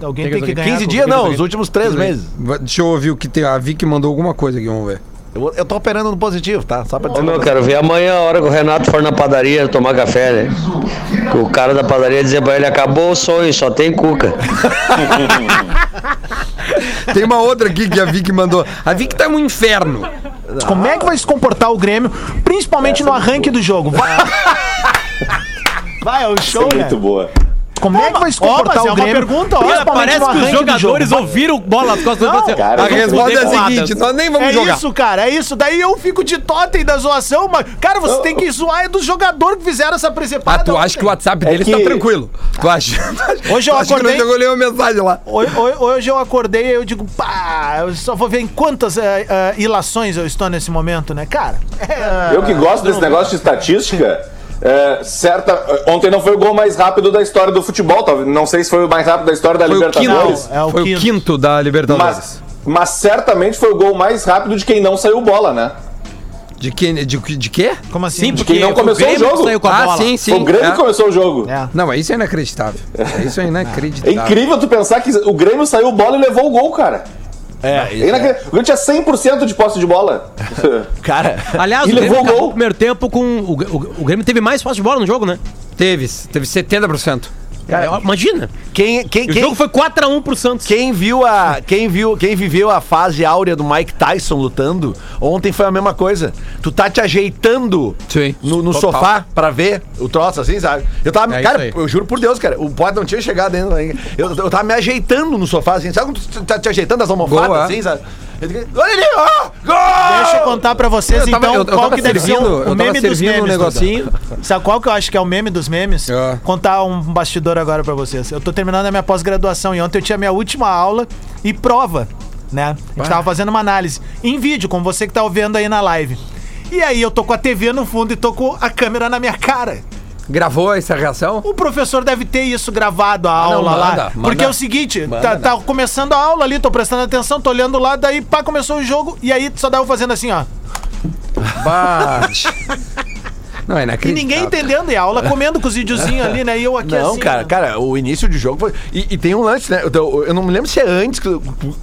Alguém tem que ganhar.
15
com-
dias não, os últimos 3 meses.
Va- Deixa eu ouvir o que tem. A Vicky mandou alguma coisa aqui, vamos ver.
Eu, vou- eu tô operando no positivo, tá? Só pra
Ô
dizer.
meu,
pra
quero ver amanhã a hora que o Renato for na padaria tomar café, né? Que O cara da padaria dizer pra ele, acabou o sonho, só tem cuca.
Tem uma outra aqui que a Vicky mandou. A Vicky tá um inferno.
Como é que vai se comportar o Grêmio,
É,
principalmente no arranque do jogo? Vai, vai é o show,
É
né?
muito boa.
Como é que vai se
Ó,
comportar
mas é uma
o Grêmio?
pergunta, olha,
principalmente
parece
no
que os
arranque do jogo?
jogadores ouviram bola nas costas
Não,
do
cara,
A
Eu vou
resposta é
poder
a seguinte: nós nem vamos
é
jogar.
isso, cara, é isso. Daí eu fico de totem da zoação, mas. Cara, você tem que zoar é do jogador que fizeram essa
Ah,
precepada.
tu acha que o WhatsApp deles
É que-
tá tranquilo. Tu acha?
Hoje eu
Tu acha que
acordei-
não chegou nenhuma mensagem lá.
Hoje, hoje- hoje eu acordei e eu digo, pá, eu só vou ver em quantas eh, eh, ilações eu estou nesse momento, né, cara? É,
Eu que gosto desse negócio de estatística. é, certa, ontem não foi o gol mais rápido da história do futebol, talvez. Não sei se foi o mais rápido da história da
Foi o
Libertadores.
quinto.
é o
Foi o
quinto.
quinto da Libertadores.
Mas, mas certamente foi o gol mais rápido de quem não saiu bola, né?
De, que, de, de quê?
Como assim?
Sim,
Né?
porque
não
o
começou o
Grêmio
jogo.
saiu com a
ah,
bola.
sim, sim.
foi um o Grêmio que
é.
começou o jogo.
É.
Não, isso é inacreditável. Isso é
É
inacreditável.
incrível tu pensar que o Grêmio saiu bola e levou o gol, cara. É, inacreditável. O Grêmio tinha 100% de posse de bola.
Cara,
Aliás,
E
o Grêmio
levou o
acabou
gol.
o primeiro tempo com. O, o- o Grêmio teve mais posse de bola no jogo, né?
Teve, teve 70%.
É, imagina.
quem, quem,
O
quem,
jogo foi 4x1 pro Santos.
Quem viu a. Quem viu, quem viveu a fase áurea do Mike Tyson lutando, ontem foi a mesma coisa. Tu tá te ajeitando
Sim.
no, no
Total.
sofá pra ver o troço, assim, sabe? Eu tava.
É
cara,
isso aí.
eu juro por Deus, cara, o pote não tinha chegado ainda. ainda. Eu, eu tava me ajeitando no sofá, assim, sabe quando tu tá te ajeitando as almofadas,
Boa.
assim, sabe? Eu digo, Olha ali, ó! Gol!
Deixa eu contar pra vocês,
Eu tava-
então,
eu- eu
qual
tava
que deve ser
servindo-
o,
eu
o
tava
meme dos
servindo um
memes. Duda?
negocinho.
Sabe qual que eu acho que é o meme dos memes?
É.
Contar um bastidor agora pra vocês. Eu tô terminando a minha pós-graduação e ontem eu tinha minha última aula e prova, né? A gente tava fazendo uma análise em vídeo, como você que tá vendo aí na live. E aí eu tô com a TV no fundo e tô com a câmera na minha cara.
Gravou essa reação?
O professor deve ter isso gravado, a
Ah, não,
aula
manda,
lá.
manda.
Porque é o seguinte, tá,
não.
tá começando a aula ali, tô prestando atenção, tô olhando lá, daí pá, começou o jogo, e aí só dava eu fazendo assim, ó.
Bate. Não, é
E
inacreditável.
ninguém entendendo, e a aula comendo com os videozinhos ali, né? E eu aqui
Não,
assim.
cara,
ó.
cara, o início de jogo foi. E, e tem um lance, né? Eu, eu não me lembro se é antes, que,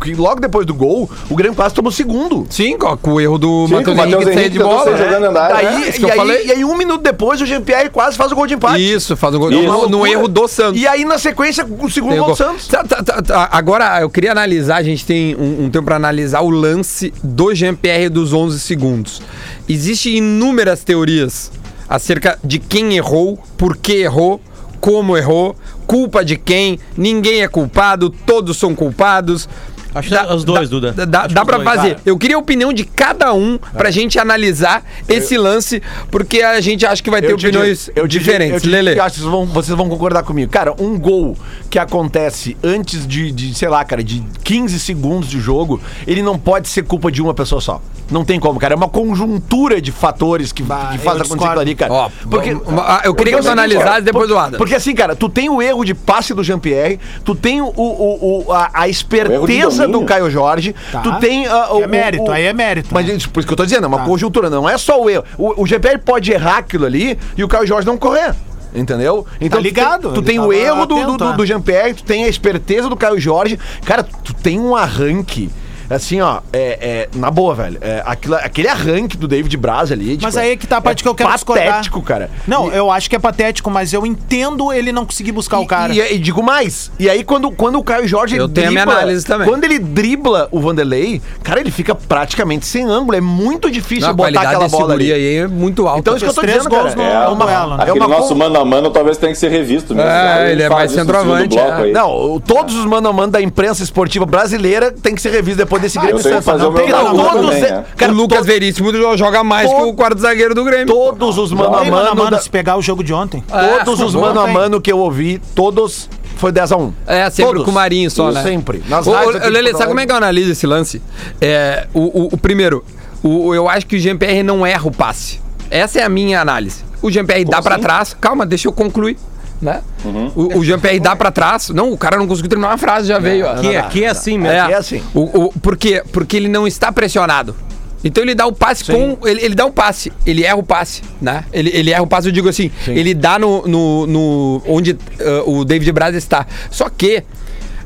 que logo depois do gol, o Grêmio quase tomou o segundo.
Sim, ó, com o erro do
Sim,
Matheus
com o
Henrique,
Matheus
de sair
Henrique
de
tentou
bola.
sair jogando na área,
Daí,
né?
É, Isso que
e,
eu
Tá aí,
falei.
e aí, um minuto depois, o GPR quase faz o gol de empate.
Isso, faz o gol
Isso.
no, no
Loucura.
erro do Santos.
E aí, na sequência, o segundo
Tem o
gol do
gol.
Santos.
Tá, tá, tá, tá. Agora eu queria analisar, a gente tem um, um tempo pra analisar o lance do GMPR dos 11 segundos. Existem inúmeras teorias acerca de quem errou, por que errou, como errou, culpa de quem, ninguém é culpado, todos são culpados.
Acho que os dois, Duda.
Dá, dá,
Acho
dá
que os
pra
dois.
fazer. Eu queria a opinião de cada um pra gente analisar esse lance, porque a gente acha que vai ter
te
opiniões
digo, eu te digo, eu
diferentes.
te digo
Lele.
que acho que vocês vão, vocês vão concordar comigo. Cara, um gol que acontece antes de, de, sei lá, cara, de 15 segundos de jogo, ele não pode ser culpa de uma pessoa só. Não tem como, cara. É uma conjuntura de fatores que, que
eu
faz acontecer
discordo.
aquilo ali, cara.
Ó,
porque, é
ah, eu queria que tu
eu
analisasse depois do Adam.
Porque assim, cara, tu tem o erro de passe do Jean-Pierre, tu tem o, o, o- a, a esperteza do
domínio.
Caio Jorge,
Tá.
tu tem... ah,
Que
o,
é mérito,
o- o-
aí é mérito.
Mas
né?
isso, por isso que eu tô dizendo, é uma conjuntura, não é só o erro. O, o GPR pode errar aquilo ali e o Caio Jorge não correr. Entendeu? Então tu tem-
Tá ligado,
Tu
ele
tem, o
tava
erro do,
atento,
do, do,
né?
do Jean-Pierre, tu tem a esperteza do Caio Jorge. Cara, tu tem um arranque. Assim, ó, é, é, na boa, velho. É, aquilo- aquele arranque do David Braz ali. tipo,
Mas aí é que tá a parte que eu quero discordar.
Patético, cara.
Não, eu acho que é patético, mas eu entendo ele não conseguir buscar o
E-
cara.
E, é e digo mais. E aí, quando, quando o Caio Jorge.
Eu tenho a minha análise também.
Quando ele dribla o Vanderlei, cara, ele fica praticamente sem ângulo. É muito difícil
Não, a
botar
qualidade
aquela
desse
bola ali.
guri aí é muito alta.
Então, isso que eu tô
Fez três
dizendo, cara.
gols no-
É,
no
uma-
duelo, né?
é
Aquele
uma
nosso
con-
mano a mano talvez tenha que ser revisto mesmo.
É,
A gente
ele é
fala
mais
disso no segundo
centroavante,
bloco
é.
aí.
Ah, Não, o- todos os mano a mano da imprensa esportiva brasileira tem que ser revisto depois desse Grêmio
Ah, eu tenho que
Santos.
fazer
Não
o meu
tem
mano a mano
todos,
também,
é-
né?
cara,
o Lucas Veríssimo joga mais
todo-
que o quarto zagueiro do Grêmio.
todos os mano a
Ei, mano,
mano,
mano,
da- É,
se pegar o jogo de ontem.
todos os
bom,
mano a
hein?
mano que eu ouvi, todos foi 10 a 1.
É, sempre
Todos.
com o Marinho só, né?
Sempre. Nas
Ô, ô,
lives aqui de
Lele,
Porto
sabe como é que eu analiso esse lance? É, o, o- o primeiro, o, o- eu acho que o GMPR
assim?
não erra o passe. Essa é a minha análise. O GMPR dá pra trás. Calma, deixa eu concluir. né?
Uhum.
O, o Jean-Pierre dá pra trás. Não, o cara não conseguiu terminar uma frase, já veio. ó.
Aqui, aqui é assim mesmo.
É assim.
O, o, por quê? Porque ele não está pressionado. Então ele dá o passe com. Ele, ele dá um passe, ele erra o passe, né? Ele, ele erra o passe, eu digo assim, ele dá no. no, no- onde ah, o David Braz está. Só que.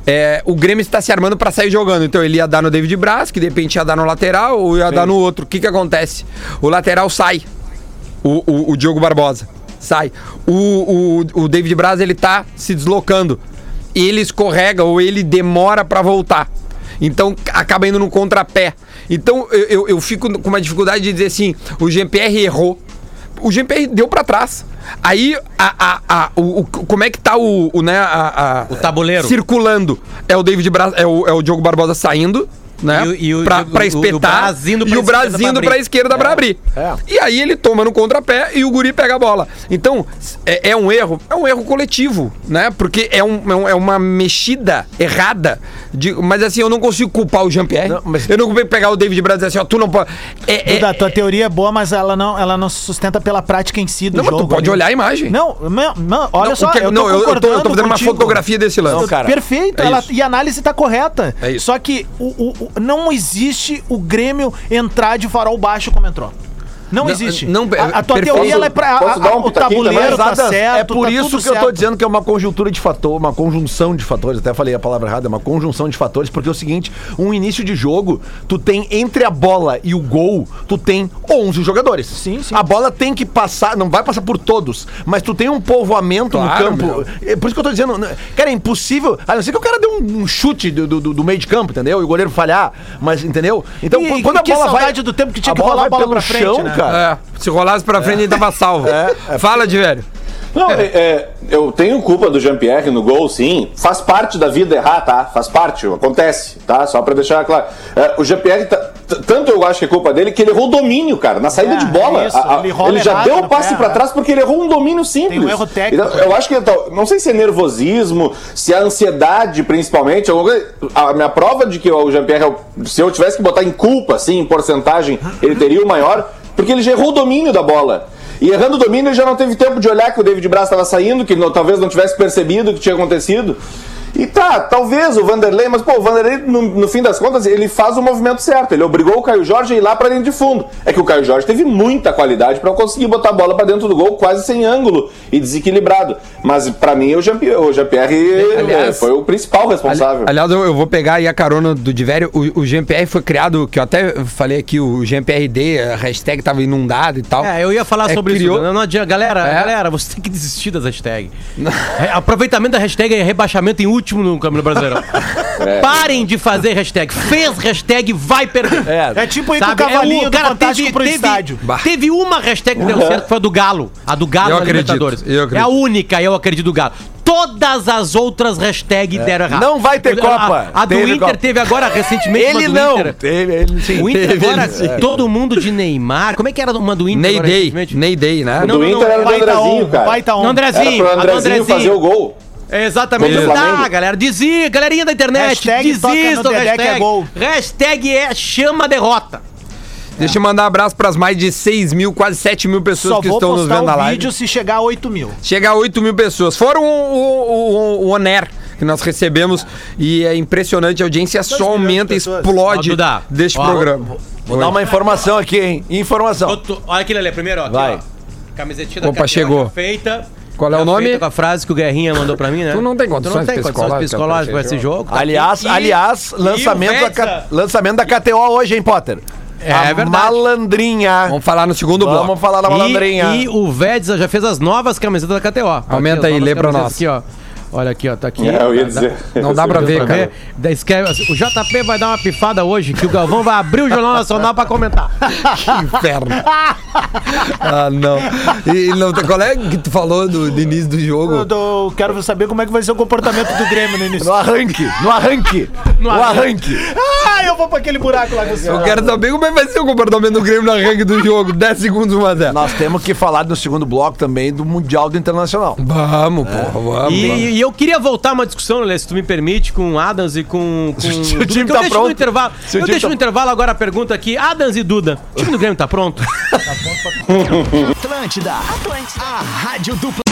é, o Grêmio está se armando para sair jogando. Então ele ia dar no David Braz, que de repente ia dar no lateral, ou ia dar no outro. O que, que acontece? O lateral sai. O, o, o Diogo Barbosa sai. O, o, o David Braz ele tá se deslocando. Ele escorrega ou ele demora pra voltar. Então acaba indo no contrapé. Então eu, eu, eu fico com uma dificuldade de dizer assim: o GPR errou. O GPR deu pra trás. Aí, a, a, a- o, o- como é que tá o, o, né, a, a-
O tabuleiro.
Circulando. É o David Braz, é o, é o Diogo Barbosa saindo, né?
E o- e o
pra,
Diogo-
pra
o- o
espetar.
Braz indo pra
e o
esquerda
Braz
pra
indo
abrir. É.
pra esquerda pra abrir.
É.
E aí ele toma no contrapé e o guri pega a bola. Então, é, é um erro, é um erro coletivo, né? Porque é, um- é um- é uma mexida errada. de- mas assim, eu não consigo culpar o Jean-Pierre.
Não, mas-
Eu não consigo pegar o David Braz e dizer assim, ó, tu não pode. É, é-
Duda, tua teoria é boa, mas ela não, ela não se sustenta pela prática em si do
não, mas
jogo.
tu pode
ali.
olhar a imagem.
Não, não, não, olha
Não, o
só,
que-
eu tô
não, eu- eu tô- eu tô
concordando
fazendo uma
contigo.
fotografia desse lance. Não, cara,
Perfeito,
é
ela-
isso.
e a análise tá correta.
É isso.
Só que o, o- o- não existe o Grêmio entrar de farol baixo como entrou. Não,
Não,
existe.
não,
a, a tua
perfeito.
teoria ela é pra.
Posso-
a-
posso dar um
a- o
pitaquinho também?
tabuleiro tá
Mas, Adams,
certo.
é por
tá
isso
tudo
que eu tô
certo.
dizendo que é uma conjuntura de fator, uma conjunção de fatores. Até falei a palavra errada, é uma conjunção de fatores, porque é o seguinte: um início de jogo, tu tem entre a bola e o gol, tu tem 11 jogadores.
Sim, sim.
A bola tem que passar, não vai passar por todos, mas tu tem um povoamento
Claro,
no campo.
meu.
É por isso que eu tô dizendo, né, cara, é impossível, a não ser que o cara dê um, um chute do, do- do meio de campo, entendeu? E o goleiro falhar, mas entendeu? Então,
E-
quando
e
a
que
bola vai.
saudade do tempo que tinha
a
que
bola
rolar
vai
a bola
pelo
pra frente,
chão,
né?
cara.
É, se rolasse pra frente, ele tava salvo. Fala, de velho.
Não, é- é, eu tenho culpa do Jean-Pierre no gol, sim. Faz parte da vida errar, tá? Faz parte, acontece, tá? Só pra deixar claro. É, o Jean-Pierre, tá- t- tanto eu acho que é culpa dele, que ele errou o domínio, cara. Na saída
É,
de bola,
é isso,
a- a-
ele
ele,
rola
já
errado
deu
no
o passe
pé,
pra
né?
trás porque ele errou um domínio simples.
Tem um erro técnico.
Então, eu acho que, então, não sei se é nervosismo, se é ansiedade, principalmente. alguma coisa- a minha prova de que o Jean-Pierre, é o- se eu tivesse que botar em culpa, assim, em porcentagem, ele teria o maior, porque ele já errou o domínio da bola. E errando o domínio, ele já não teve tempo de olhar que o David Braz estava saindo, que não- talvez não tivesse percebido o que tinha acontecido. E tá, talvez o Vanderlei, mas pô, o Vanderlei, no, no fim das contas, ele faz o movimento certo. Ele obrigou o Caio Jorge a ir lá pra dentro de fundo. É que o Caio Jorge teve muita qualidade pra conseguir botar a bola pra dentro do gol quase sem ângulo e desequilibrado. Mas pra mim, o Jean-Pierre o Jean-Pierre,
Aliás-
eh, foi o principal
Ali-
responsável.
Aliás, eu, eu vou pegar aí a carona do Divério. O, o GMPR foi criado, que eu até falei aqui, o GMPRD, a hashtag tava inundado e tal.
É, eu ia falar
É,
sobre
criou-
isso. Não adianta. Galera,
É.
galera, você tem que desistir das hashtags. É, Aproveitamento da hashtag é rebaixamento em último no Campeonato Brasileiro.
É.
Parem de fazer hashtag. Fez hashtag, vai perder.
É tipo ir
Sabe?
com o cavalinho
o-
do Fantástico pro
teve,
estádio.
Bah. teve uma hashtag que deu certo, que foi a do Galo. A do Galo
Eu
na
acredito,
Libertadores.
eu acredito.
É a única, eu acredito, do Galo. Todas as outras hashtags deram errado.
Não vai ter
A-
Copa.
A, a do
Teve
Inter
Copa.
teve agora recentemente. uma
Ele
do
não.
Inter.
Ele, ele, sim.
O Inter
Teve,
agora,
sim.
todo mundo de Neymar. Como é que era uma do Inter
Ney
agora,
Day,
recentemente?
Ney Day, né?
O do
não,
Inter
não,
era do
Vai tá
Andrezinho,
um,
cara.
vai tá
No
um.
Era
Andrezinho,
pro
a do
Andrezinho
Andrezinho.
fazer o gol.
É Exatamente.
Contra o
Não
Flamengo.
dá, galera. Dizia, galerinha da internet,
Hashtag
desista do
toca no Dedé
hashtag.
que é gol.
Hashtag é chama a derrota.
Deixa eu mandar um abraço pras mais de 6 mil, quase 7 mil pessoas
Só
que
vou
estão nos
postar
vendo na
um
live.
vídeo se chegar a 8 mil.
Chega a 8 mil pessoas. Fora o, o, o- o Oner que nós recebemos e é impressionante, a audiência só
milhões de
aumenta,
pessoas.
explode
Ó, Duda,
deste
ó,
programa.
Vou dar uma informação aqui, hein? Informação.
Outro- olha aqui, Lelê, primeiro, ó, aqui,
Vai.
ó. Camisetinha da
Opa,
Capiroca
chegou.
feita.
Qual é o
Já
nome?
feita Com a frase que o Guerrinha mandou pra mim, né?
Tu não tem condições
não tem condições
psicológicas
psicológicas
pra
pra
esse
esse jogo. tá?
Aliás,
E-
aliás,
e o
lançamento da,
Hexa.
K- lançamento da KTO hoje, hein, Potter?
É
a
verdade.
Malandrinha.
Vamos falar no segundo
Vamos
bloco.
falar da malandrinha.
E, e o Vedza já fez as novas camisetas da KTO. Aqui,
Aumenta
as
aí,
novas
lê pra
camisetas
nós.
Aqui, ó. Olha aqui, ó, tá aqui.
É, eu ia
Tá-
dizer.
Não dá pra ver,
Pra
cara.
ver, da- escreve assim, o JP vai dar uma pifada hoje que o Galvão vai abrir o Jornal Nacional pra comentar.
Inferno. ah, não. E, e não. Qual é que tu falou do, do início do
Eu,
jogo?
tô- quero saber como é que vai ser o comportamento do Grêmio no início.
No arranque, no arranque, no arranque.
ah, eu vou pra aquele buraco lá que você
Eu quero saber como é que vai ser o comportamento do Grêmio na ranking do jogo. 10 segundos, 1 a 0.
Nós temos que falar no segundo bloco também do Mundial do Internacional.
Vamos, porra, vamos. vamos.
E, e eu queria voltar a uma discussão, Lelê, se tu me permite, com o Adams e com. com
o
Duda,
time
que
tá
eu deixo
pronto.
no intervalo.
Se o
eu
time
deixo
tá-
no intervalo agora a pergunta aqui: Adams e Duda, o time do Grêmio tá pronto?
Atlântida. Atlântida. A rádio dupla.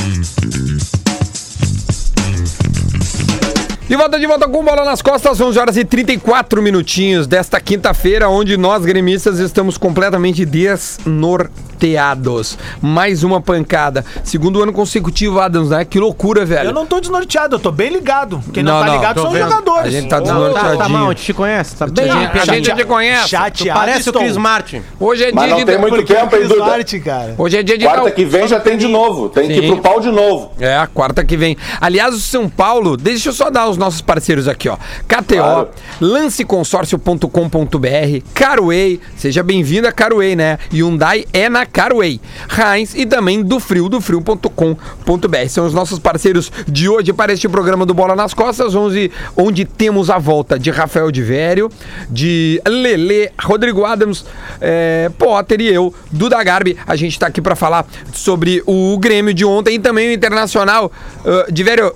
De volta, de volta com bola nas costas, 11 horas e 34 minutinhos desta quinta-feira, onde nós gremistas estamos completamente desnorteados. Mais uma pancada. Segundo ano consecutivo, Adams, né? Que loucura, velho.
Eu não tô desnorteado, eu tô bem ligado. Quem não,
Não,
tá
não,
ligado
tô
são os
vendo. A
jogadores.
gente tá
Tá,
desnorteadinho.
tá mal, te conhece, tá bem.
gente- a gente é já te conhece.
Tu
Chateado
parece o
estou.
Chris Martin.
Hoje é
Mas
dia
não tem
de.
muito
Porque é o
tempo, hein,
Chris
Duda?
Martin, cara.
Hoje é dia de.
Quarta que vem já tem de novo. Tem que ir
Sim.
pro pau de novo.
É, a quarta que vem. Aliás, o São Paulo, deixa eu só dar os nossos parceiros aqui, ó. KTO,
Claro.
lanceconsórcio.com.br, Carway, seja bem-vindo a Carway, né? Hyundai é na Carway. Heinz e também do frio, do frio.com.br. São os nossos parceiros de hoje para este programa do Bola nas Costas, onde, onde temos a volta de Rafael de Vério, de Lele, Rodrigo Adams, é, Potter e eu, Duda Garbi. A gente tá aqui para falar sobre o Grêmio de ontem e também o Internacional. Ah, de Vério,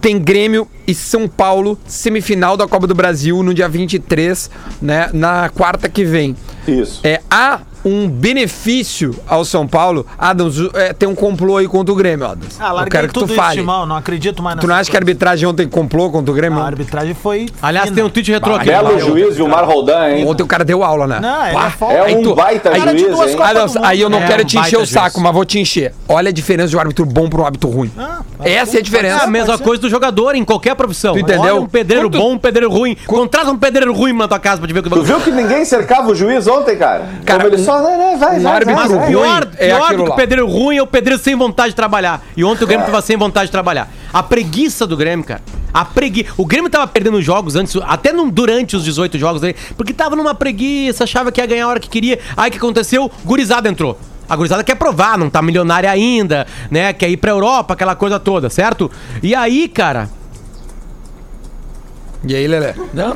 tem Grêmio e São Paulo, semifinal da Copa do Brasil no dia 23, né, na quarta que vem.
Isso.
É, há um benefício ao São Paulo. Adams, é, tem um complô aí contra o Grêmio, Adams.
Ah,
Eu
larguei
quero que
tudo
tu
isso,
fale.
irmão. Ah, Não acredito mais
Tu não acha que é a arbitragem ontem complô contra o Grêmio?
A arbitragem foi.
Aliás, tem um tweet retrô aqui.
Belo juiz, Vilmar Roldan, hein?
Ontem o cara deu aula, né?
Não, ele
Pá,
é foda.
É
aí
um
tu-
baita
aí-
Cara de
juiz,
duas
hein?
Copas
Adams,
do mundo.
aí eu não
É,
quero
um
te encher
baita
o saco,
juiz.
mas vou te encher. Olha a diferença de um árbitro bom para um árbitro ruim.
Ah, mas
Essa é a
É
diferença.
a mesma coisa do jogador em qualquer profissão.
Tu entendeu?
Olha um pedreiro
Quanto-
bom, um pedreiro ruim. Contrata um pedreiro ruim na tua casa pra te ver o que
Tu viu que ninguém cercava o juiz ontem, cara?
Cara,
Como ele
um-
só. Né, né, vai,
um
tá,
vai, vai,
árbitro
vai.
ruim.
É Pior,
é
pior
aquilo
do que
lá.
o pedreiro ruim é o pedreiro sem vontade de trabalhar. E ontem o
É.
Grêmio tava sem vontade de trabalhar. A preguiça do Grêmio, cara. A pregui... O Grêmio tava perdendo jogos antes, até num- durante os 18 jogos dele, porque tava numa preguiça, achava que ia ganhar a hora que queria. Aí o que aconteceu? Gurizada entrou. A gurizada quer provar, não tá milionária ainda, né? Quer ir pra Europa, aquela coisa toda, certo? E aí, cara,
E aí, Lelé? Não,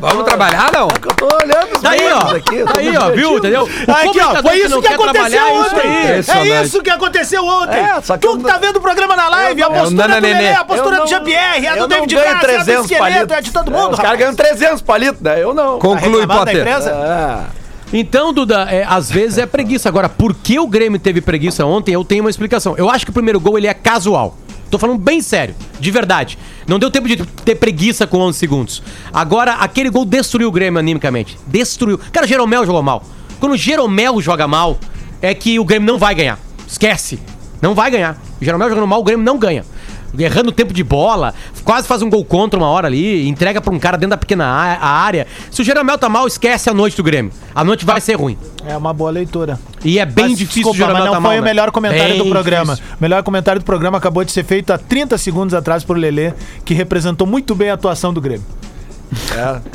Vamos trabalhar, não?
Eu tô olhando os
Tá aí, ó.
meios aqui, eu tô
Tá aí,
me
ó, viu?
divertindo.
Entendeu? O
Aqui, ó,
comunicador
foi isso
não
que
quer
aconteceu
trabalhar, é isso
ontem.
aí.
É isso,
Impressionante.
que aconteceu ontem.
É, só que eu
tu que tá
não-
vendo o programa na live,
eu
a
não-
postura
Nana
do Nenê,
Nenê.
a postura
Eu
do
não-
Jean-Pierre, a
eu
do
não
David
ganho
Braz, a do
300
Esqueleto,
palitos.
é de todo
É,
mundo,
Os caras ganham 300 palitos, né? Eu não.
Conclui,
reclamando da
Potter.
empresa?
Ah,
Então, Duda, é, às vezes é preguiça. Agora, por que o Grêmio teve preguiça ontem? Eu tenho uma explicação. Eu acho que o primeiro gol ele é casual. Tô falando bem sério, de verdade. Não deu tempo de ter preguiça com 11 segundos. Agora, aquele gol destruiu o Grêmio animicamente. Destruiu. Cara, o Jeromel jogou mal. Quando o Jeromel joga mal, é que o Grêmio não vai ganhar. Esquece. Não vai ganhar. O Jeromel jogando mal, o Grêmio não ganha errando o tempo de bola, quase faz um gol contra uma hora ali, entrega pra um cara dentro da pequena á- a área. Se o Jeromel tá mal, esquece a noite do Grêmio. A noite vai ser ruim.
É uma boa leitura.
E é bem
Mas,
difícil
desculpa,
o Jeromel
mas não
tá mal.
foi o
né?
melhor comentário
Bem
do programa.
difícil.
O melhor comentário do programa acabou de ser feito há 30 segundos atrás por Lelê, que representou muito bem a atuação do Grêmio.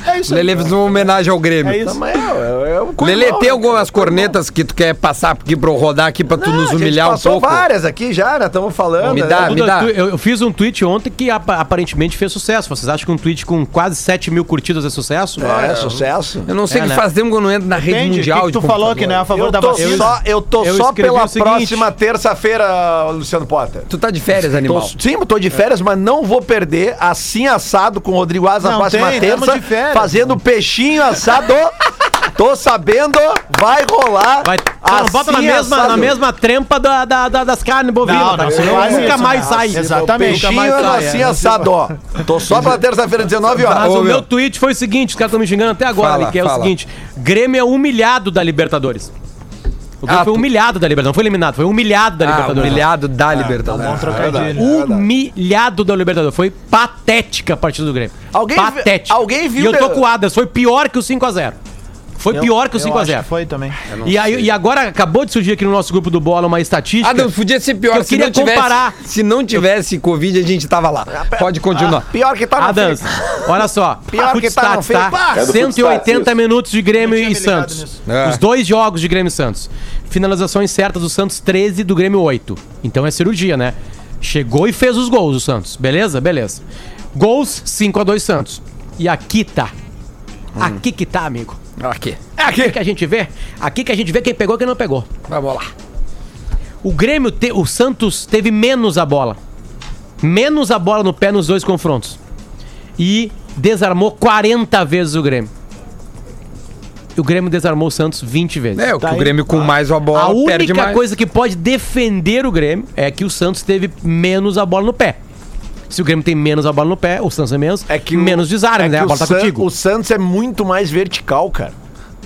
É isso aí.
Lelê fez uma homenagem ao Grêmio.
É isso.
mas é, é, é um cu
Lelê,
mal,
tem
né, cara?
algumas cornetas que tu quer passar aqui pra eu rodar aqui pra tu
Ah,
nos
a gente
humilhar um
passou
pouco?
várias aqui já, né? Estamos falando.
Me
né?
dá, me
Duda,
dá.
tu- eu, eu fiz um tweet ontem que apa- aparentemente fez sucesso. Vocês acham que um tweet com quase 7 mil curtidas é sucesso?
É, sucesso.
Eu não sei o
É,
que
né?
faz tempo que eu não entro na rede
Entende? O que
mundial.
que tu
de
falou
computador.
que não é a favor
Eu
da
tô
vacina?
só, eu tô
eu
só
escrevi
pela
o seguinte.
próxima terça-feira, Luciano Potter.
Tu tá de férias, animal.
Tô, sim, eu tô de férias, mas não vou perder assim assado com o Rodrigo Asa na
Não
próxima
tem, tamo
terça.
de férias,
fazendo peixinho assado. tô sabendo, vai rolar.
Vai, não, bota na
assim
mesma,
assado.
na mesma trempa da- da- da- das carnes bovinas.
Não,
tá?
não,
Senão
faz
nunca
isso, né?
mais
não.
sai.
Exatamente.
Nunca
Peixinho
mais sai,
assim
é.
assado. Tô só pela terça-feira, 19 horas.
Mas
Ô,
o
meu.
meu tweet foi o seguinte, os caras estão me xingando até agora,
Fala,
ali, que é
fala.
o seguinte: Grêmio é humilhado da Libertadores. O Grêmio
Ah,
foi
tu-
humilhado da Libertadores, não foi eliminado, foi humilhado da
Ah,
Libertadores. É
humilhado da Libertadores.
trocadilho.
Humilhado da Libertadores. Foi patética a partida do Grêmio.
Alguém vi-
patética.
alguém viu-
E eu tô com o Adas, foi pior que o 5x0. Foi pior que o
Eu acho
5x0.
que Foi também.
E, aí- e agora acabou de surgir aqui no nosso grupo do Bola uma estatística.
Adams, Ah, podia ser pior.
Eu queria
se não tivesse,
comparar.
Se não tivesse Covid, a gente tava lá. Pode continuar.
Pior que tá na
Adams, olha só.
Pior que tá, não, filho. Pá.
É do Footstats,
180
isso.
minutos de Grêmio
Não tinha
e
me ligado
Santos.
nisso.
É.
Os dois jogos de Grêmio e Santos. Finalizações certas do Santos 13 do Grêmio 8. Então é cirurgia, né? Chegou e fez os gols o Santos. Beleza? Beleza. Gols 5 a 2 Santos. E aqui tá. Aqui que tá, amigo.
Hum. ah, É Aqui.
Aqui que a gente vê, aqui que a gente vê quem pegou e quem não pegou.
Vamos lá.
O Grêmio, te- o Santos teve menos a bola. Menos a bola no pé nos dois confrontos. E desarmou 40 vezes o Grêmio. E o Grêmio desarmou o Santos 20 vezes.
É, o que o Grêmio com mais a bola
a
perde
única
mais.
coisa que pode defender o Grêmio é que o Santos teve menos a bola no pé. Se o Grêmio tem menos a bola no pé, o Santos tem menos,
É que o-
menos desarme,
é
né?
que
A
o
bola tá
San-
contigo.
O Santos é muito mais vertical, cara.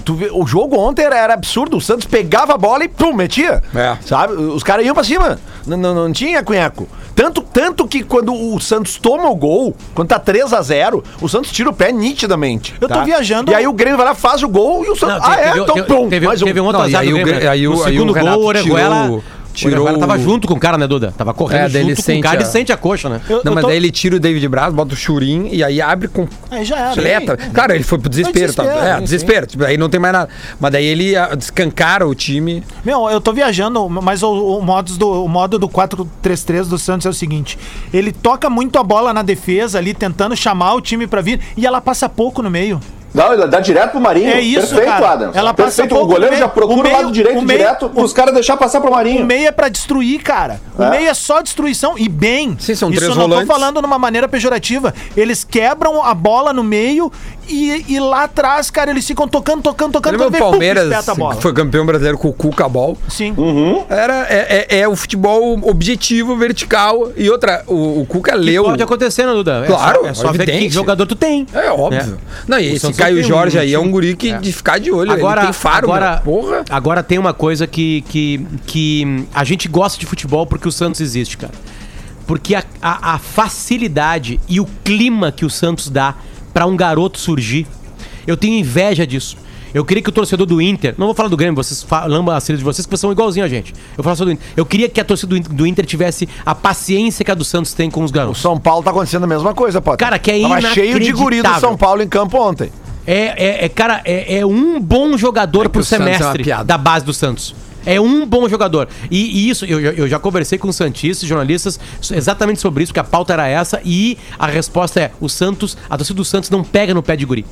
Tu vê- o jogo ontem era, era absurdo. O Santos pegava a bola e pum, metia.
É.
Sabe? Os caras iam pra cima. Não, não, não tinha cunhaco. Tanto, tanto que quando o Santos toma o gol, quando tá 3x0, o Santos tira o pé nitidamente.
Eu tô
tá?
viajando.
E aí o Grêmio vai lá, faz o gol e o Santos.
Não,
ah, é? então
teve,
pum.
teve,
mais um.
teve um outro
Não, e
azar
aí
do
o
Grêmio,
Gre-
né?
aí o-
No
aí o
segundo
Renato
gol, né? o
tirou-
Orejuela...
tirou
o Orejuela tava
o-
junto com o cara, né, Duda? Tava
É,
correndo
daí ele
junto com
sente
o cara
a-
e sente a coxa, né?
Eu-
Não,
eu
mas
tô-
daí ele tira o David Braz, bota o Churin e aí abre com
Aí já era.
Atleta.
tá-
Sim.
Cara, ele foi pro desespero.
Foi desespero,
tá? É,
sim,
desespero. Tipo, aí não tem mais nada. Mas daí ele ah, descancara o time.
Meu, eu tô viajando, mas o, o, modus do, o modo do 4-3-3 do Santos é o seguinte: ele toca muito a bola na defesa ali, tentando chamar o time pra vir, e ela passa pouco no meio.
Não, ele dá direto pro Marinho.
É isso,
Perfeito,
cara.
Adams.
Ela passa
Perfeito.
pouco
o goleiro
no
já
meio-
procura
o
o, lado
meio-
direito
o meio-
direto os caras deixar passar pro
O
Marinho.
meio é pra destruir, cara. O
É.
meio é só destruição e bem.
Sim, são
Isso
três
eu não
volantes.
tô falando numa maneira pejorativa. Eles quebram a bola no meio e, e lá atrás, cara, eles ficam tocando, tocando, tocando.
Lembra o
quando vem, pum,
Palmeiras,
espeta a bola.
que foi campeão brasileiro com o Cuca Ball?
Sim.
Era, é, é- é o futebol objetivo, vertical. E outra, o, o Cuca leu.
Pode acontecer, né, Duda? É
Claro,
só- é só ver que
evidente.
jogador tu tem.
É óbvio. Não, e
O
esse
Santos
Caio
tem um
Jorge aí é um
time-
guri que de ficar de olho.
Agora,
ele tem faro,
agora,
meu. Porra.
agora tem uma coisa que, que, que a gente gosta de futebol porque o Santos existe, cara. Porque a, a- a facilidade e o clima que o Santos dá pra um garoto surgir, eu tenho inveja disso. Eu queria que o torcedor do Inter, não vou falar do Grêmio, vocês fa- lambam a cena de vocês, que vocês são igualzinho a gente. Eu falo só do Inter. Eu queria que a torcida do Inter, do Inter tivesse a paciência que a do Santos tem com os
O
garotos.
São Paulo tá acontecendo a mesma coisa, Potter.
Cara, que é
Tava cheio de guri do
inacreditável.
São Paulo em campo ontem.
É, é, é, cara, é, é um bom jogador
que
pro
o Santos é uma
semestre
piada.
da base do Santos. É um bom jogador. E, e isso, eu, já- eu já conversei com Santistas, jornalistas, so- exatamente sobre isso, que a pauta era essa, e a resposta é: o Santos, a torcida do Santos não pega no pé de guri.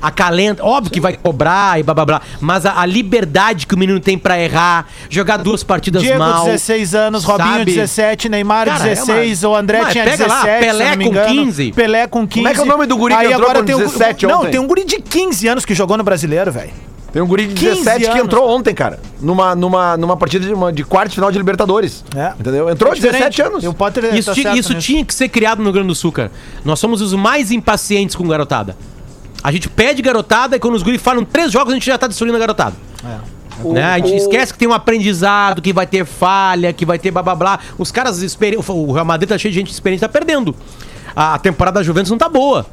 Acalenta, óbvio que vai cobrar e blá blá blá, mas a, a liberdade que o menino tem pra errar, jogar duas partidas
Diego,
mal.
16 anos, Robinho,
sabe?
17, Neymar,
Cara, é
16,
uma-
o André
Mas
tinha
pega
17,
lá, Pelé
se eu não me
com
engano.
15.
Pelé com 15.
é que é o nome do guri que
Aí
entrou
agora
com
tem o-
17
Não,
ontem?
tem um guri de 15 anos que jogou no Brasileiro, velho.
Tem um guri de
15
17 que
anos.
entrou ontem, cara. Numa, numa, numa partida de, uma, de quarto de final de Libertadores.
É.
Entendeu? Entrou
É
de 17
diferente.
anos.
E o Potter
Isso,
tá
ti-
certo
isso
nisso.
tinha que ser criado no Rio Grande do Sul, cara. Nós somos os mais impacientes com garotada. A gente pede garotada e quando os guri falam três jogos, a gente já tá destruindo a garotada.
É.
Né? A gente esquece que tem um aprendizado, que vai ter falha, que vai ter blá blá blá. Os caras, experi- o Real Madrid tá cheio de gente experiente, tá perdendo. A a temporada da Juventus não tá boa.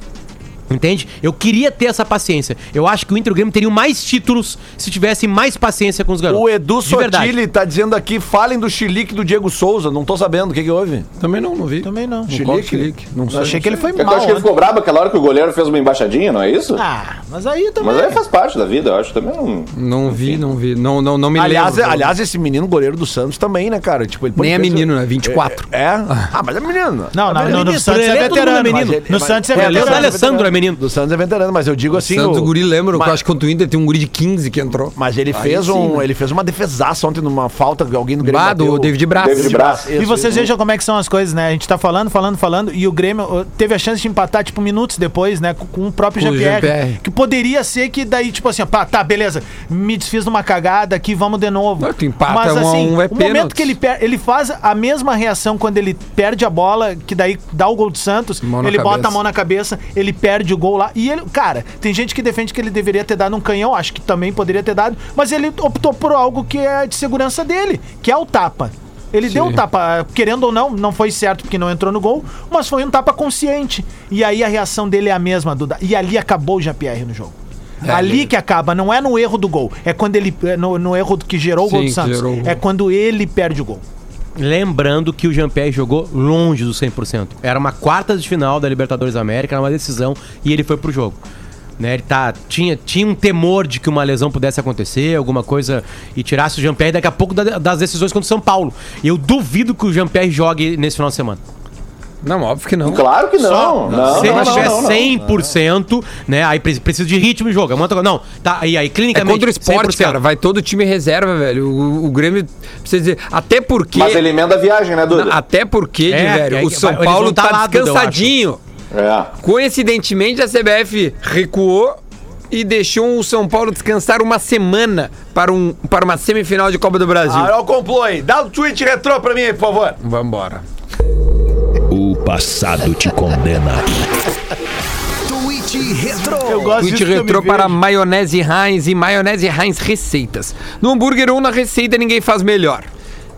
Entende? Eu queria ter essa paciência. Eu acho que o Inter e o Grêmio teriam mais títulos se tivessem mais paciência com os garotos.
O Edu
De verdade.
Sotile tá dizendo aqui, falem do chilique do Diego Souza. Não tô sabendo o que, que houve.
Também não, não vi.
Também não.
Chilique? Não
Eu achei que ele foi
É que eu
mal.
acho que ele
ontem.
ficou brabo aquela hora que o goleiro fez uma embaixadinha, não é isso?
Ah, mas aí também.
Mas
é?
aí faz parte da vida, eu acho. Também um não.
Não vi, não vi. Não, não, não me
Aliás,
lembro.
aliás, esse menino goleiro do Santos também, né, cara? Tipo, ele pode
Nem é
ter-
menino, né? 24.
É? Ah, mas é menino.
Não, não,
é
não,
menino.
no Santos é
Ele é todo mundo
veterano.
menino.
mas ele- No
Mas-
Santos é
É,
Ele é o da
veterano.
Alessandro, é menino.
Do Santos é veterano, mas eu digo assim...
Santos, o guri lembra,
mas,
eu acho que contra o Inter tem um guri de 15 que entrou.
mas ele fez um, ele fez uma defesaça ontem numa falta que alguém no Grêmio
Lá né? do
bateu.
David
Ah,
Braz.
David Braz.
Isso,
E vocês
isso.
vejam como é que são as coisas, né? A gente tá falando, falando, falando, e o Grêmio uh, teve a chance de empatar, tipo, minutos depois, né? Com, com o próprio
Com o
Jean-Pierre.
Jean-Pierre.
Que poderia ser que daí, tipo assim, ó, pá, tá, beleza, me desfiz numa cagada aqui, vamos de novo.
Não, tu empata
Mas
um a
assim,
um, é
o momento
pênalti.
que ele perde, ele faz a mesma reação quando ele perde a bola, que daí dá o gol do Santos,
Mão na
ele bota
cabeça.
a mão na cabeça, ele perde o gol lá. E ele, cara, tem gente que defende que ele deveria ter dado um canhão, acho que também poderia ter dado, mas ele optou por algo que é de segurança dele, que é o tapa. Ele deu um tapa, querendo ou não, não foi certo porque não entrou no gol, mas foi um tapa consciente. E aí a reação dele é a mesma, Duda. E ali acabou o Jean-Pierre no jogo.
É,
ali que acaba, não é no erro do gol, é quando ele. é No, no erro que gerou o gol
Sim,
do
que
Santos.
gerou o gol.
É quando ele perde o gol.
Lembrando que o Jean-Pierre jogou longe do 100%. Era uma quarta de final da Libertadores da América, era uma decisão, e ele foi pro jogo. Né, ele tá, tinha, tinha um temor de que uma lesão pudesse acontecer, alguma coisa, e tirasse o Jean-Pierre daqui a pouco da- das decisões contra o São Paulo. E eu duvido que o Jean-Pierre jogue nesse final de semana.
Não, óbvio que não.
Claro que não. Não,
Se
não,
ele
não,
tiver
não, não.
100%, né, aí pre- precisa de ritmo de jogo. é uma outra coisa. Não, tá, e aí,
É
clinicamente.
contra o esporte,
100%.
cara. Vai todo time reserva, velho. O, o Grêmio precisa dizer. Até porque.
Mas ele emenda a viagem, né, Duda?
Na- Até porque,
É,
velho,
é que
o São
vai- eles
Paulo
vão tá
tá,
lá, Duda, eu
descansadinho.
É.
Coincidentemente, a CBF recuou e deixou o São Paulo descansar uma semana para, um, para uma semifinal de Copa do
Ah.
Brasil.
um Ah, olha o complô aí. Dá o tweet retrô pra mim aí, por favor.
Vambora.
O passado te condena.
Eu gosto
Twitch
disso que eu me
retrô
vejo.
para maionese Heinz e maionese Heinz receitas. No hambúrguer ou na receita ninguém faz melhor.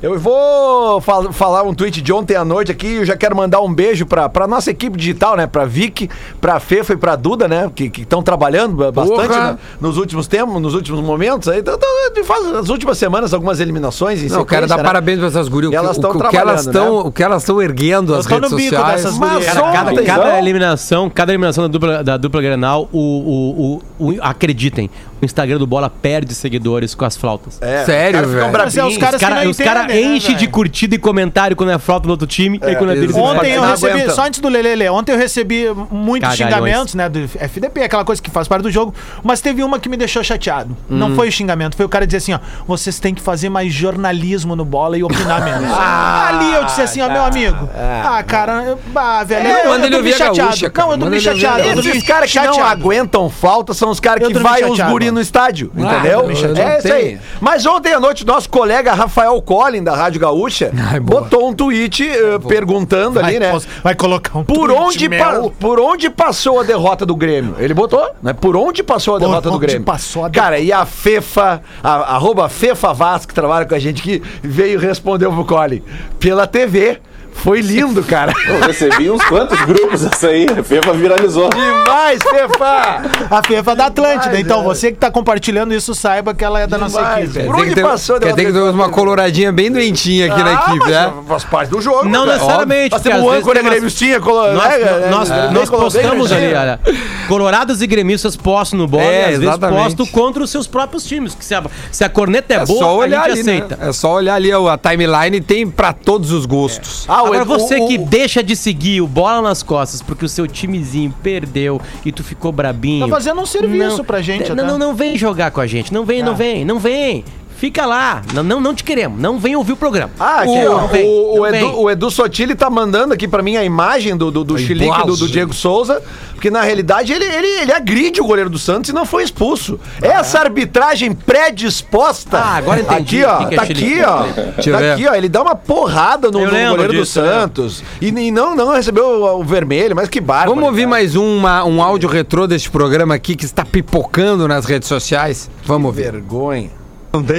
Eu vou fal- falar um tweet de ontem à noite aqui. Eu já quero mandar um beijo pra, pra nossa equipe digital, né? Pra Vic, pra Fefa e pra Duda, né? Que estão trabalhando ba- bastante
Porra!
né? nos últimos tempos, nos últimos momentos. Aí, Então, tão- tão- faz as últimas semanas, algumas eliminações. Em
Não, eu quero
sequência,
dar
né?
parabéns para essas gurias. O que-
Elas
o,
tão
que- o que elas
trabalhando,
estão, o que elas estão erguendo as
né? tô
redes
no bico
sociais.
dessas
Mas-
gurias.
Cara, cada,
ontem,
cada
ó.
eliminação, cada eliminação da dupla, da dupla Grenal, o, o, o- o- acreditem, o Instagram do Bola perde seguidores com as flautas.
Sério,
É, os caras ficam
velho?
Mas é
bravinhos.
os caras
Os caras
que não
os cara
entendem, né,
enchem de
velho?
curtida e comentário quando é flauta do outro time e quando é deles eles
Ontem eu
Não
recebi,
aguentam.
só antes do Lelele, ontem eu recebi muitos
Cagalhões.
xingamentos, né, do FDP, aquela coisa que faz parte do jogo, mas teve uma que me deixou chateado. Não foi o xingamento, foi o cara dizer assim, ó, vocês têm que fazer mais jornalismo no bola e opinar menos. Ali eu disse assim, ó, meu amigo, ah, cara, eu- ah, velho,
Não,
eu,
manda
eu
ele
dormi
ouvir a
chateado.
gaúcha, cara.
Não, eu dormi
Manda ele ouvir a
chateado. eu
gaúcha.
dormi
Esses caras que não
chateado.
aguentam falta são os caras
Eu
que
dormi
vai os
chateado.
guri no estádio,
Ah, eu
entendeu?
dormi chateado.
É isso aí.
Tem.
Mas ontem à noite, nosso colega Rafael Collin, da Rádio Gaúcha,
Ai, boa.
botou um tweet eh, perguntando ali, né?
Vai, vai colocar um
Por
tweet,
onde,
meu.
pa- por onde passou a derrota do Grêmio? Ele botou, né? Por onde passou a
Por
derrota do
onde
Grêmio?
passou a
Cara, e a Fefa, a, arroba Fefa Vasco, que trabalha com a gente aqui, veio e respondeu pro Cole. Pela TV. Foi lindo, cara.
Eu recebi uns quantos grupos essa aí. A FIFA viralizou.
Demais, Fefa!
A FIFA da Atlântida.
Demais,
então,
é.
velho.
você que tá compartilhando isso, saiba que ela é da nossa
Demais,
equipe.
Quer
velho. Por
dizer
onde
que tem-
passou a
Quer dizer que
derrota?
temos uma coloradinha bem doentinha aqui na
Ah,
equipe,
mas
né?
Faz parte do jogo.
Não
cara.
necessariamente,
Nós
porque
temos
às
o
vezes
âncora
tem umas-
gremistinha, colo-
Nós,
né, né,
nós,
né,
nós
colo-
postamos ali,
gremistinha.
olha. Colorados e gremistas postam no bola
É,
e às vezes
exatamente.
postam contra os seus próprios times. Que se, a, se a corneta é,
É
boa,
só olhar
a gente
ali, né?
aceita.
É só olhar ali ó, a timeline tem pra todos os gostos.
Ah, o-
Agora você
o-
que
o-
deixa de seguir o bola nas costas porque o seu timezinho perdeu e tu ficou brabinho.
Tá fazendo um serviço pra gente Ah.
Não,
até.
não, não vem jogar com a gente. Não vem, não vem, não vem. Fica lá. Não, não, não te queremos. Não vem ouvir o programa.
Ah, aqui,
Não
ó,
vem,
o,
não
o Edu,
vem. Tá
o Edu Sotili tá mandando aqui pra mim a imagem do, do, do xilique do, do Diego Souza, porque na realidade ele, ele, ele agride o goleiro do Santos e não foi expulso. É Essa arbitragem predisposta.
Ah, agora
Aqui,
entendi
ó.
o que que é
tá
xilique.
aqui, ó.
Deixa eu
tá
ver.
aqui, ó. Ele dá uma porrada no,
Eu
no
lembro
goleiro do
disso, é. eu lembro.
Santos. E, e não, não recebeu o, o vermelho, mas que barba.
Vamos ouvir mais uma- um áudio retrô deste programa aqui que está pipocando nas redes sociais. Vamos ouvir.
Vergonha.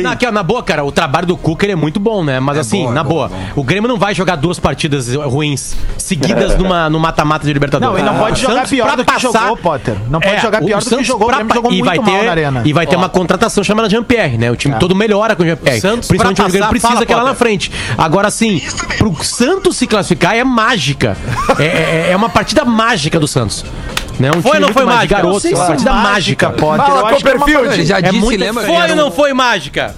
Não, aqui, ó, na boa, cara, o trabalho do Cuca ele é muito bom, né? Mas assim, na boa, o Grêmio não vai jogar duas partidas ruins seguidas numa, no mata-mata de Libertadores.
Não, ele não
Ah,
pode
o
jogar
Santos,
pior
pra
do que jogou, Potter. Não pode jogar
É, o
pior do que
Santos
jogou, o
pra
Grêmio jogou
pa- e
muito
vai
mal
ter-
na arena.
E vai ter uma contratação chamada Jean-Pierre, né? O time todo melhora com o Jean-Pierre.
O Santos
Principalmente
pra
o Grêmio
passar,
precisa
fala,
que ela na
Potter.
frente. Agora sim, pro Santos se classificar é mágica. É, é- é uma partida mágica do Santos. Né? Um
ou não
muito
foi
mais
mágica?
de Garotos,
Isso
uma
é
partida mágica, pô.
Potter.
Fala,
Eu acho que é uma
Copperfield.
coisa-
Ele já
É
disse,
muito
lembra?
foi
era
ou
um-
não foi mágica?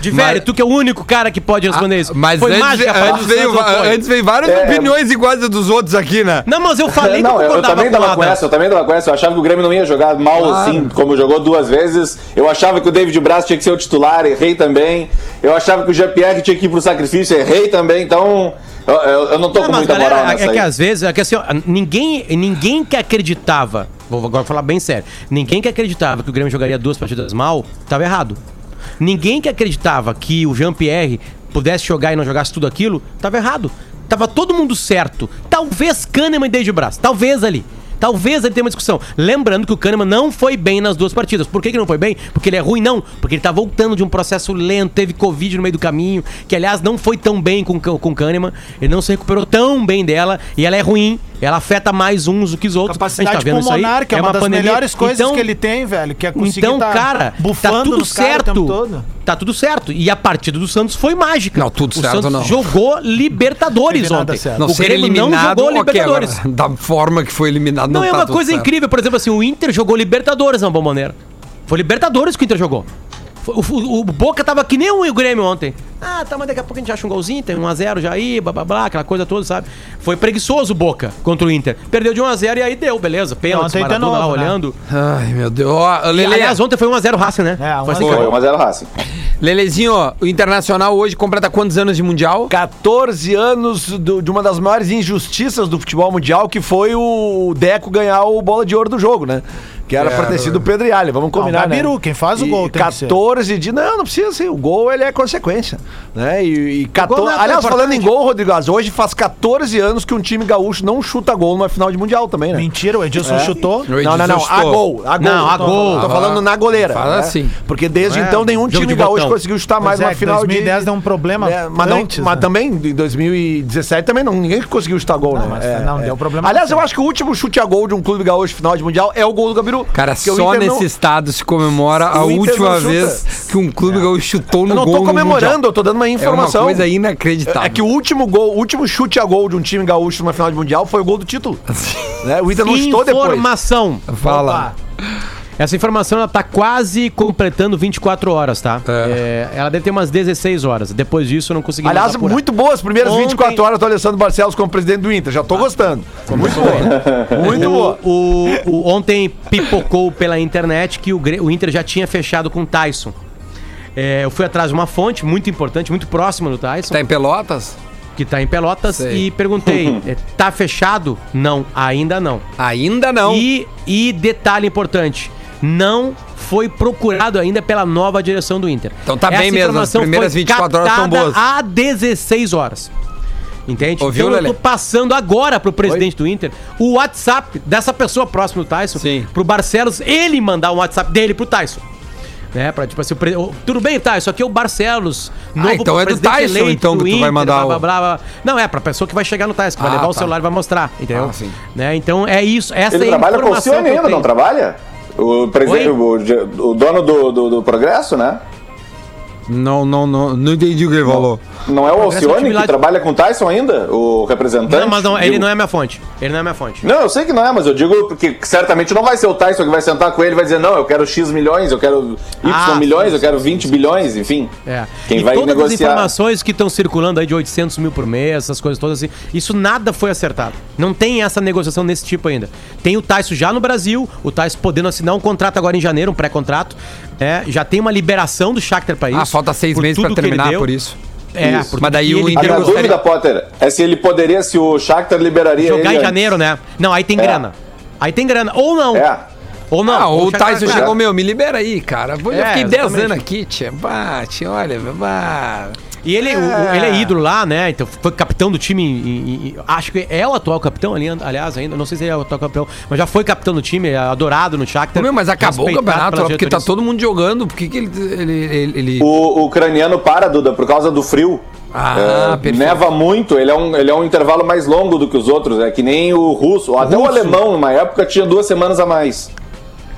De velho, tu que é o único cara que pode responder
Ah,
isso.
Mas
foi
antes,
pra
antes,
ti,
veio,
Santos, não foi?
antes veio várias
É.
opiniões iguais a dos outros aqui, né?
Não, mas eu
É,
falei
não,
que eu
eu, eu
concordava
também tava
Adam.
com essa, eu também tava com essa. Eu achava que o Grêmio não ia jogar mal assim, como jogou duas vezes. Eu achava que o David Braz tinha que ser o titular, errei também. Eu achava que o Jean-Pierre tinha que ir pro sacrifício, errei também. Então, eu, eu- eu não tô
Não,
com
mas
muita
galera,
moral
é
nessa
que
aí.
às vezes, é que assim, ó, ninguém, ninguém que acreditava, vou agora falar bem sério, ninguém que acreditava que o Grêmio jogaria duas partidas mal, tava errado. Ninguém que acreditava que o Jean-Pierre pudesse jogar e não jogasse tudo aquilo, tava errado. Tava todo mundo certo. Talvez Kahneman e David Braz, talvez ali. Talvez ele tenha uma discussão. Lembrando que o Kahneman não foi bem nas duas partidas. Por que, que não foi bem? Porque ele é ruim? Não. Porque ele tá voltando de um processo lento, teve Covid no meio do caminho, que aliás não foi tão bem com, o- com o Kahneman. Ele não se recuperou tão bem dela e ela é ruim. Ela afeta mais uns do que os outros.
Capacidade
A gente tá vendo
pulmonar,
isso aí.
que é uma, das
pandemia.
melhores coisas
Então,
que ele tem, velho. Que é conseguir
Então,
tá
cara, tá
bufando
tudo
nos caras o tempo
certo.
todo.
Tá tudo certo. E a partida do Santos foi mágica.
Não, tudo
o
certo
Santos
não.
jogou Libertadores
Teve nada
ontem.
certo.
Não,
o
ser
Grêmio não
eliminado,
jogou
ok,
Libertadores.
agora, da forma que foi eliminado,
Não,
não,
é
tá
uma
tudo
coisa
certo.
incrível. Por exemplo, assim, o Inter jogou Libertadores na Bombonera. Foi Libertadores que o Inter jogou. Foi- O, o- o Boca tava que nem o Grêmio ontem. Ah, tá, mas daqui a pouco a gente acha um golzinho, tem 1x0 já aí, blá blá blá, aquela coisa toda, sabe? Foi preguiçoso o Boca contra o Inter. Perdeu de 1x0 e aí deu, beleza. Pênalti,
Ontem
Maradona
de
lá
novo, né?
olhando.
Ai, meu Deus. Ó,
E,
Lele,
aliás, ontem foi 1x0 Racing, né?
É,
foi
1 a 0.
Foi, mas era assim. Racing.
Lelezinho, ó, o Internacional hoje completa quantos anos de Mundial?
14 anos do- de uma das maiores injustiças do futebol mundial, que foi o Deco ganhar o bola de ouro do jogo, né? Que era pra ter sido o Pedro e Ali, vamos combinar,
É, o Babiru,
né?
quem faz o
E
gol tem que ser.
14 de... Não, não precisa ser. O gol, ele é consequência. Né? E, e 14...
não é tão
Aliás, falando em
importante.
gol, Rodrigo, Aze, hoje faz 14 anos que um time gaúcho não chuta gol numa final de Mundial também, né?
Mentira, o Edilson
É.
chutou.
Eu-
Não, não, não.
Edson
A
chutou.
gol. A gol.
Não, a
Tô-
gol.
Tô falando na goleira.
Fala
né?
assim.
Porque desde
Não é
então nenhum
jogo
time
de
gaúcho
botão.
conseguiu chutar mais
Pois
uma
é,
final
2010
de...
deu um problema
É, mas, não-
antes,
mas
né?
também em 2017 também não, ninguém conseguiu chutar gol, né?
mas
É,
não,
é.
deu problema
Aliás,
assim.
eu acho que o último chute a gol de um clube gaúcho final de mundial é o gol do Gabiru.
Cara,
Porque o
só
Inter não-
nesse estado se comemora a
O Inter não
última
chuta. É.
vez que um clube gaúcho chutou no
Eu não
gol.
tô
no Mundial.
comemorando, eu tô dando uma
É uma
informação.
coisa inacreditável.
É que o último gol, o último chute a gol de um time gaúcho numa final de mundial foi o gol do título.
Assim,
né? O Inter não chutou depois.
Informação.
Fala.
Essa informação ela tá quase completando 24 horas, tá?
É.
É, ela deve ter umas 16 horas. Depois disso eu não consegui. mais
Aliás,
apurar.
muito boas as primeiras
Ontem-
24 horas do Alessandro Barcelos como presidente do Inter. Já
Ah.
tô gostando. Muito boa. Muito boa.
O, o- ontem pipocou pela internet que o, Gre- o Inter já tinha fechado com o Tyson. É, eu fui atrás de uma fonte muito importante, muito próxima do Tyson,
Tá em Pelotas?
que tá em Pelotas,
Sei.
e perguntei: é, tá fechado? Não, ainda não.
Ainda não.
E, e detalhe importante: não foi procurado ainda pela nova direção do Inter.
Então tá bem mesmo, as
informação
primeiras
foi
24 horas tão
captada
boas.
Há 16 horas. Entende?
Ouviu,
então
Lelê?
eu tô passando agora pro presidente do Inter o WhatsApp dessa pessoa próxima do Tyson,
Sim.
pro Barcelos, ele mandar um WhatsApp dele pro Tyson. Né, pra, tipo assim, o pre- o- tudo bem, Tyson, aqui é o Barcelos. Novo
então é do
presidente
Tyson,
eleito
então, que
do
tu vai mandar
blá,
o-
blá, blá, blá. Não, é pra pessoa que vai chegar no Tyson, que vai
Ah,
levar o
tá.
celular e vai mostrar, entendeu?
Ah, sim.
Né, então é isso, essa
Ele
é a
trabalha com o
informação
Cione
que eu
ainda,
tenho.
não trabalha? O, presidente,
Oi?
o, de- o dono do, do, do Progresso, né?
Não, não, não. Não entendi o que ele falou.
Não é o
Progresso é um
Alcione
time lá
que
de-
trabalha com o Tyson ainda? O representante?
Não, mas não,
Digo-
ele não é minha fonte. Ele não é minha fonte.
Não, eu sei que não é, mas eu digo que certamente não vai ser o Tyson que vai sentar com ele e vai dizer, não, eu quero X milhões, eu quero Y
Ah,
milhões,
sim,
eu quero 20 bilhões, enfim.
É.
Quem
e
vai
todas as
negociar.
informações que estão circulando aí de 800 mil por mês, essas coisas todas assim, isso nada foi acertado. Não tem essa negociação nesse tipo ainda. Tem o Tyson já no Brasil, o Tyson podendo assinar um contrato agora em janeiro, um pré-contrato. né? já tem uma liberação do Shakhtar para isso.
Ah, falta seis
por
meses pra
tudo que ele
terminar,
deu.
por isso.
É,
Isso.
por
Mas
tudo
daí
que
o
ele
A
Inter
deu.
minha
gostaria-
dúvida, Potter, é se ele poderia, se o Shakhtar liberaria
jogar
ele
em
antes.
janeiro, né? Não, aí tem grana. Aí tem grana. Ou não.
É.
Ou não.
Ah, ou o
Shakhtar
Tyson
vai-
chegou, meu, me libera aí, cara. Eu
É,
fiquei 10
exatamente.
anos aqui, tia. Bate, olha, bah.
E ele, o- o- ele é ídolo lá, né? Então foi capitão do time. em- em- em- acho que é o atual capitão, ali, aliás, ainda. Não sei se ele é o atual campeão, mas já foi capitão do time, é adorado no Shakhtar.
Meu, mas acabou o
respeitado
campeonato,
pela
ó, porque tá
diretoria.
todo mundo jogando. Por que, que ele. ele, ele- ele-
O, o ucraniano para, Duda, por causa do frio.
Ah,
É,
perfeito.
né?
neva muito, ele é, um, ele é um intervalo mais longo do que os outros, é que nem o russo, ou até o alemão, numa época, tinha duas semanas a mais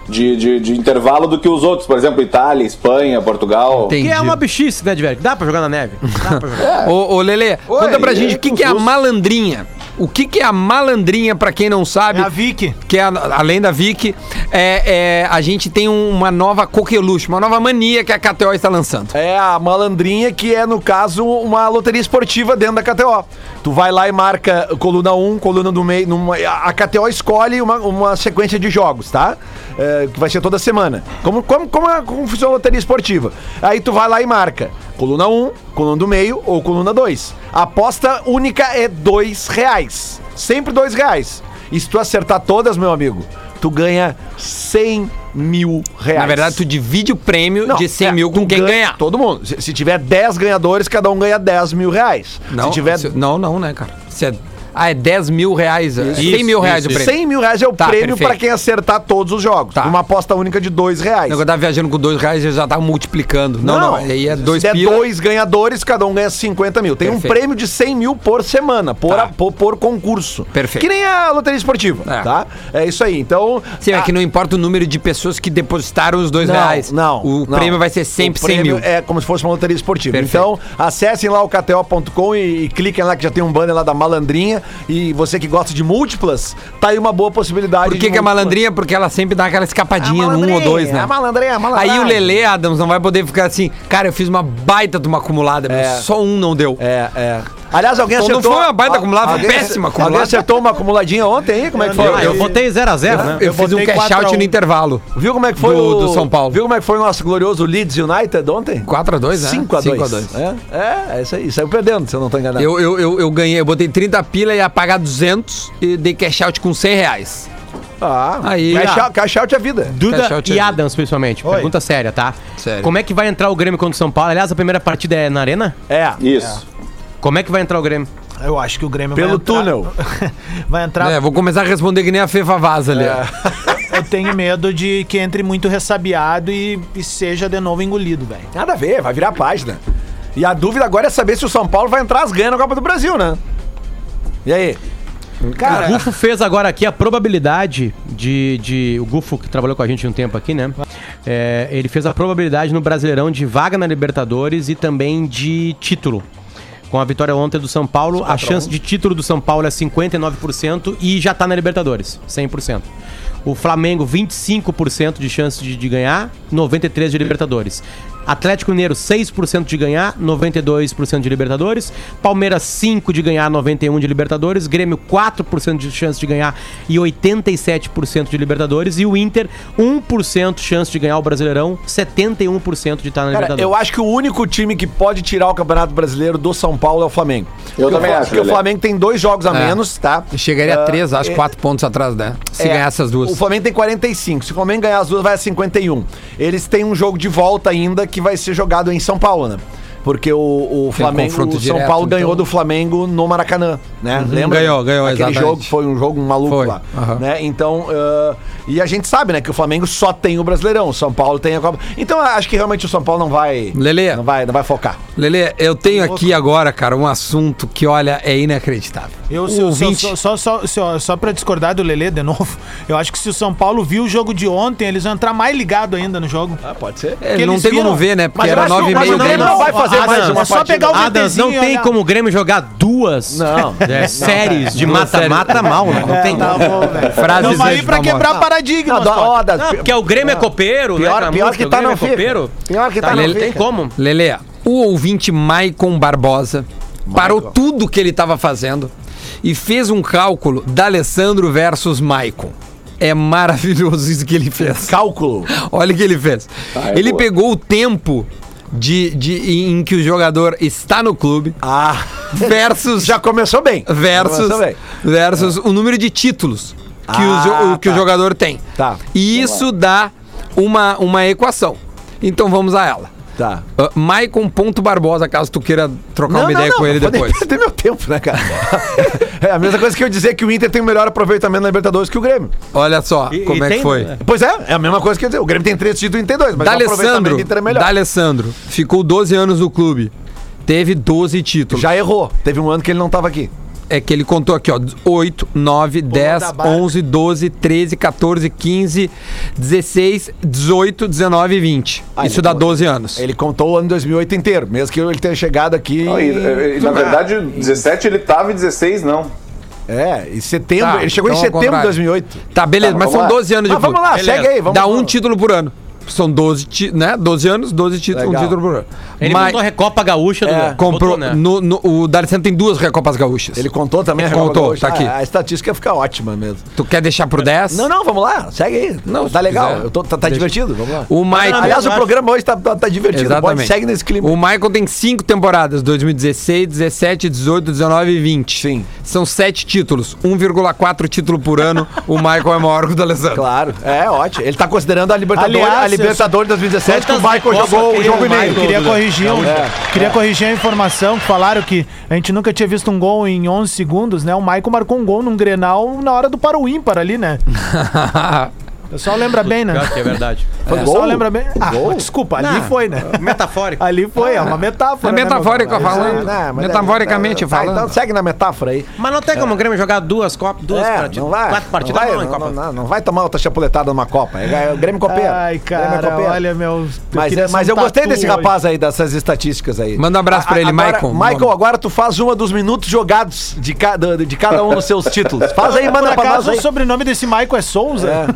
de, de, de intervalo do que os outros, por exemplo, Itália, Espanha, Portugal.
Entendi.
Que é uma bichice, né, de velho? Dá pra jogar na neve? Dá pra jogar.
Ô, ô Lele, conta pra gente o que, que é a malandrinha. O que, que é a malandrinha, pra quem não sabe,
É a Vicky.
que é a- além da Vic, é, é, a gente tem um- uma nova coqueluche, uma nova mania que a KTO está lançando.
É a malandrinha que é, no caso, uma loteria esportiva dentro da KTO. Tu vai lá e marca coluna 1, coluna do meio. Numa, a KTO escolhe uma, uma sequência de jogos, tá? É, que vai ser toda semana. Como, como, como, é, como funciona a loteria esportiva? Aí tu vai lá e marca coluna 1, coluna do meio ou coluna 2. A aposta única é R$ 2 reais. Sempre R$ 2 reais. E se tu acertar todas, meu amigo, tu ganha 100 mil reais.
Na verdade, tu divide o prêmio
Não,
de 100
é,
mil
tu
com quem
ganha-
ganhar.
Todo mundo. Se, se tiver 10 ganhadores, cada um ganha 10 mil reais.
Não,
se tiver
se- não, não, né, cara? Se é- ah, é 10 mil reais. é 100 mil reais o prêmio.
100 mil reais é o
Tá,
prêmio
perfeito.
pra quem acertar todos os jogos.
Tá.
Uma aposta única de 2 reais.
Eu tava viajando com 2 reais e já tava multiplicando. Não, não, aí é 2
Se der
pila.
dois ganhadores, cada um ganha 50 mil. Tem um
Perfeito.
prêmio de 100 mil por semana, por,
Tá.
a- por, por concurso.
Perfeito.
Que nem a loteria esportiva,
É.
tá? É isso aí. Então...
Sim, é
a-
que não importa o número de pessoas que depositaram os dois
Não,
reais.
Não.
O
não.
prêmio vai ser sempre
O
100
prêmio
mil.
É como se fosse uma loteria esportiva.
Perfeito.
Então, acessem lá o KTO.com e, e cliquem lá que já tem um banner lá da malandrinha. E você que gosta de múltiplas, tá aí uma boa possibilidade.
Por
de
que, que a
múltiplas.
malandrinha? Porque ela sempre dá aquela escapadinha
A
num ou
malandrinha,
dois, né?
a malandrinha, a malandragem.
Aí o Lele Adams não vai poder ficar assim, cara, eu fiz uma baita de uma acumulada, meu,
É.
só um não deu.
É, é. Aliás, alguém
Então não
acertou.
foi uma baita
Al-
acumulada, foi
alguém-
péssima
Alguém
acumulada.
acertou uma acumuladinha ontem aí? Como é que foi?
Ah, eu botei 0x0, né?
Eu, fiz um
botei
cash
quatro a
out
um.
no intervalo.
Viu como é que foi
Do-
o
do São Paulo.
Viu como é que foi o nosso glorioso Leeds United ontem?
4x2, né?
5x2. É, é, é isso aí. Saiu perdendo, se eu não tô enganado.
Eu, eu, eu, eu ganhei, eu botei 30 pila, ia pagar 200 e dei cash out com 100 reais.
Ah,
Aí,
cash,
ah.
out, cash out é vida.
Duda
Cash out
e
aí.
Adams, principalmente.
Oi.
Pergunta séria, tá?
Sério.
Como é que vai entrar o Grêmio contra o São Paulo? Aliás, a primeira partida é na Arena?
É.
Isso.
Como é que vai entrar o Grêmio?
Eu acho que o Grêmio
Pelo
vai entrar-
túnel.
vai entrar.
É, vou começar a responder que nem a Fefa Vaz
É.
ali. ó.
É.
Eu tenho medo de que entre muito ressabiado e, e seja de novo engolido, velho.
Nada a ver, vai virar a página. E a dúvida agora é saber se o São Paulo vai entrar as ganhas na Copa do Brasil, né? E aí?
O Gufo fez agora aqui a probabilidade de, de. O Gufo, que trabalhou com a gente um tempo aqui, né? É, ele fez a probabilidade no Brasileirão de vaga na Libertadores e também de título. Com a vitória ontem do São Paulo, a chance de título do São Paulo é 59% e já tá na Libertadores, 100%. O Flamengo, 25% de chance de, de ganhar, 93% de Libertadores. Atlético Mineiro, 6% de ganhar, 92% de Libertadores. Palmeiras, 5% de ganhar, 91% de Libertadores. Grêmio, 4% de chance de ganhar e 87% de Libertadores. E o Inter, 1% chance de ganhar o Brasileirão, 71% de estar na
Cara,
Libertadores.
eu acho que o único time que pode tirar o Campeonato Brasileiro do São Paulo é o Flamengo.
Eu
Porque
também
o, Fla-
acho,
Porque o
Lelé.
Flamengo tem dois jogos a
É.
menos, tá?
Chegaria a
Ah,
três, acho,
é-
quatro pontos atrás, né? Se
É,
ganhar essas duas.
O Flamengo tem 45. Se o Flamengo ganhar as duas, vai a 51. Eles têm um jogo de volta ainda que vai ser jogado em São Paulo, né? Porque o, o Flamengo,
um confronto
o São
direto,
Paulo ganhou
então. Uhum.
do Flamengo no Maracanã, né? Lembra?
ganhou, ganhou,
Aquele
exatamente.
jogo foi um jogo maluco
Foi,
lá,
aham.
né? Então, ah, e a gente sabe, né, que o Flamengo só tem o Brasileirão, o São Paulo tem a Copa. Então, eu acho que realmente o São Paulo não vai,
Lelê.
não vai, não vai focar.
Lele, eu tenho aqui agora, cara, um assunto que, olha, é inacreditável.
Eu,
O
se, se-
ouvinte-
só, só, só, só pra discordar do Lelê de novo, eu acho que se o São Paulo viu o jogo de ontem, eles vão entrar mais ligado ainda no jogo.
Ah, pode ser.
É,
que
não
eles
tem
viram.
como ver, né? Porque
Mas eu
era
acho
nove e
que o
meio. né?
Brasileiro
ganhou.
não vai fazer
Adams,
mais uma
é só
partida.
pegar o
Adams, não
VTzinho,
tem
né?
olha.
como o Grêmio jogar duas
Não.
é, séries de mata-mata mal,
É,
né? Não tem
tá bom, velho.
Frases
Não vai
aí
ir pra
de
quebrar
Dalmor.
paradigmas,
Não, dá-
Potter.
ó, dá-
Não, porque o Grêmio é copeiro, né?
Pior,
Aquela
pior
música,
que
o
tá
Grêmio
não
é
fica.
copeiro.
Pior que tá
Tá,
não
não
fica.
tem como.
Lele, o ouvinte Maicon Barbosa parou tudo que ele estava fazendo e fez um cálculo da Alessandro versus Maicon. É maravilhoso isso que ele fez.
Cálculo.
Olha o que ele fez.
Ah, é
ele
boa.
pegou o tempo de, de- em que o jogador está no clube
Ah,
versus
já começou bem.
versus,
Começou bem. É.
versus o número de títulos que, o, jo-
Ah,
o que o
tá.
jogador tem.
Tá.
E isso dá uma, uma equação. Então vamos a ela.
Tá.
Uh, Maicon.barbosa, caso tu queira trocar uma ideia com ele
vou nem
depois.
perder meu tempo, né, cara? é a mesma coisa que eu dizer que o Inter tem o melhor aproveitamento na Libertadores que o Grêmio.
Olha só
E-
como
e
é que
tem-
foi.
é.
Pois é, é a mesma coisa que eu dizer. O Grêmio tem três títulos e tem dois, mas o aproveitamento
D'Alessandro,
do Inter é melhor.
D'Alessandro, ficou 12 anos no clube. Teve 12 títulos.
Já errou. Teve um ano que ele não tava aqui.
É que ele contou aqui, ó. 8, 9, 10,
da barca.
11, 12, 13, 14, 15, 16, 18, 19 e 20. Isso dá 12 anos.
Ele contou o ano 2008 inteiro, mesmo que ele tenha chegado aqui.
Não, e, Ah. e, e, na verdade, 17 ele tava e 16 não.
É, em setembro.
Tá,
ele chegou
então
em
ao
setembro de
contrário.
2008.
Tá, beleza,
Tá,
mas
vamos
são
lá.
12 anos de
Mas vamos lá,
Beleza.
segue aí, vamos
Dá
lá.
um título por ano. São 12, ti- né? 12 anos, 12 títulos,
Legal.
um título por ano.
Ele
mas
montou a Recopa Gaúcha do.
É,
comprou.
botou, né?
no, no- o D'Alessandro tem duas Recopas Gaúchas.
Ele contou também
Ele
Copa
contou,
Gaúcha.
tá aqui.
Ah, A, estatística fica ótima mesmo.
Tu quer deixar pro 10?
Não, não, vamos lá, segue aí.
Não,
tá
se
legal.
quiser.
Eu tô- tá tá
Deixa.
divertido, vamos lá.
O Maicon.
Aliás, o programa hoje tá, tá, tá divertido. Pode
então Exatamente.
segue nesse clima.
O Michael tem cinco temporadas: 2016, 17, 18, 19 e 20.
Sim.
São sete títulos, 1,4 título por ano. o Michael é maior que o D'Alessandro.
Claro, é ótimo. Ele tá considerando a Libertadores, a
Aliás,
Libertadores 2017 que o
Quantas
Michael
Recopas
jogou o
aquele
jogo e
Michael
meio.
Eu queria
Duda.
corrigir, um- queria corrigir a informação que falaram que a gente nunca tinha visto um gol em 11 segundos, né? O Maicon marcou um gol num Grenal na hora do para o ímpar ali, né? O pessoal lembra bem, né?
Pior que é verdade.
O pessoal
gol? Ah.
lembra bem. Ah, desculpa, ali
Não.
foi, né?
Metafórico.
Ali foi, é uma metáfora.
É
né, meu
metafórico
camarada?
falando.
Não, mas- é,
Metaforicamente
tá,
falando.
Então segue na metáfora aí.
Mas não tem como o Grêmio jogar duas copas, duas
é,
partidas.
não vai.
quatro partidas
não vai,
não, em
não,
Copa.
não, não, não vai tomar outra chapuletada numa Copa. É, é o Grêmio Copeiro.
Ai,
Grêmio
cara,
Copeiro.
olha, meu.
Mas,
queria
é- mas
ser um
eu gostei desse
tatu
rapaz aí, dessas estatísticas aí.
Manda um abraço pra ele,
agora,
Michael.
Michael, agora tu faz uma dos minutos jogados de cada, de cada um dos seus títulos. Faz aí,
hoje. Por
manda pra nós
acaso,
aí.
o sobrenome desse Maicon é Souza?
É.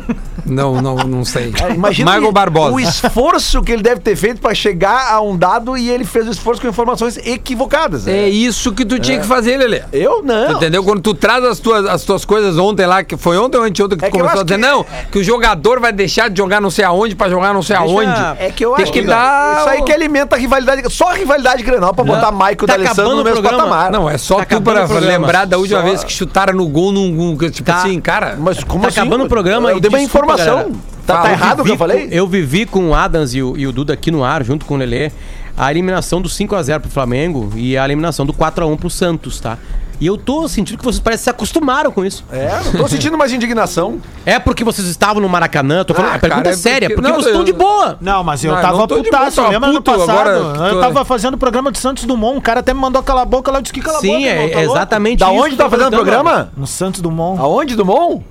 Não, não, não sei.
Imagina
Michael
que-
Barbosa.
o esforço que ele deve ter feito pra chegar a um dado e ele fez o esforço com informações equivocadas.
É isso que tu tinha que fazer, Lelê.
Eu
Tu
não.
Entendeu? Quando tu traz as tuas, as tuas coisas ontem lá, que foi ontem ou anteontem que
É
tu
que eu
começou
acho
a dizer,
que-
não, que o jogador vai deixar de jogar não sei aonde pra jogar não sei aonde.
É que eu
Tem
acho
que dar
Isso aí
o-
que alimenta a rivalidade. Só a rivalidade Grenal pra botar Michael
Tá
da Alessandro
acabando
no
o
mesmo
programa.
patamar.
Não, é só
Tá
tu
acabando
pra
o programa.
lembrar da última
Só-
vez que chutaram no gol num. num- Tipo
Tá.
assim, cara.
Mas como
Tá
assim?
acabando o programa
Eu
e
dei uma
desculpa,
informação.
galera.
Tá, tá
Eu
errado o que eu
vivi
falei?
com- eu vivi com o Adams e o, e o Duda aqui no ar, junto com o Lelê, a eliminação do 5x0 pro Flamengo e a eliminação do 4x1 pro Santos, tá? E eu tô sentindo que vocês parecem que se acostumaram com isso.
É, eu tô sentindo mais indignação.
É porque vocês estavam no Maracanã? Tô falando,
Ah,
a pergunta
cara, é
é séria,
porque-
porque,
não,
vocês estão
eu-
de boa.
Não, mas eu
Não,
tava
não tô de
putaço,
boa, tava
lembra ano
puto
passado?
agora,
Eu
tô-
tava fazendo o programa do Santos Dumont, o cara até me mandou calar a boca, lá eu disse que cala a boca,
Sim,
irmão,
é,
tá
é
louco?
exatamente
Da
isso
onde
que eu
tá
tô
fazendo o
perguntando,
programa?
No Santos Dumont.
Aonde, Dumont?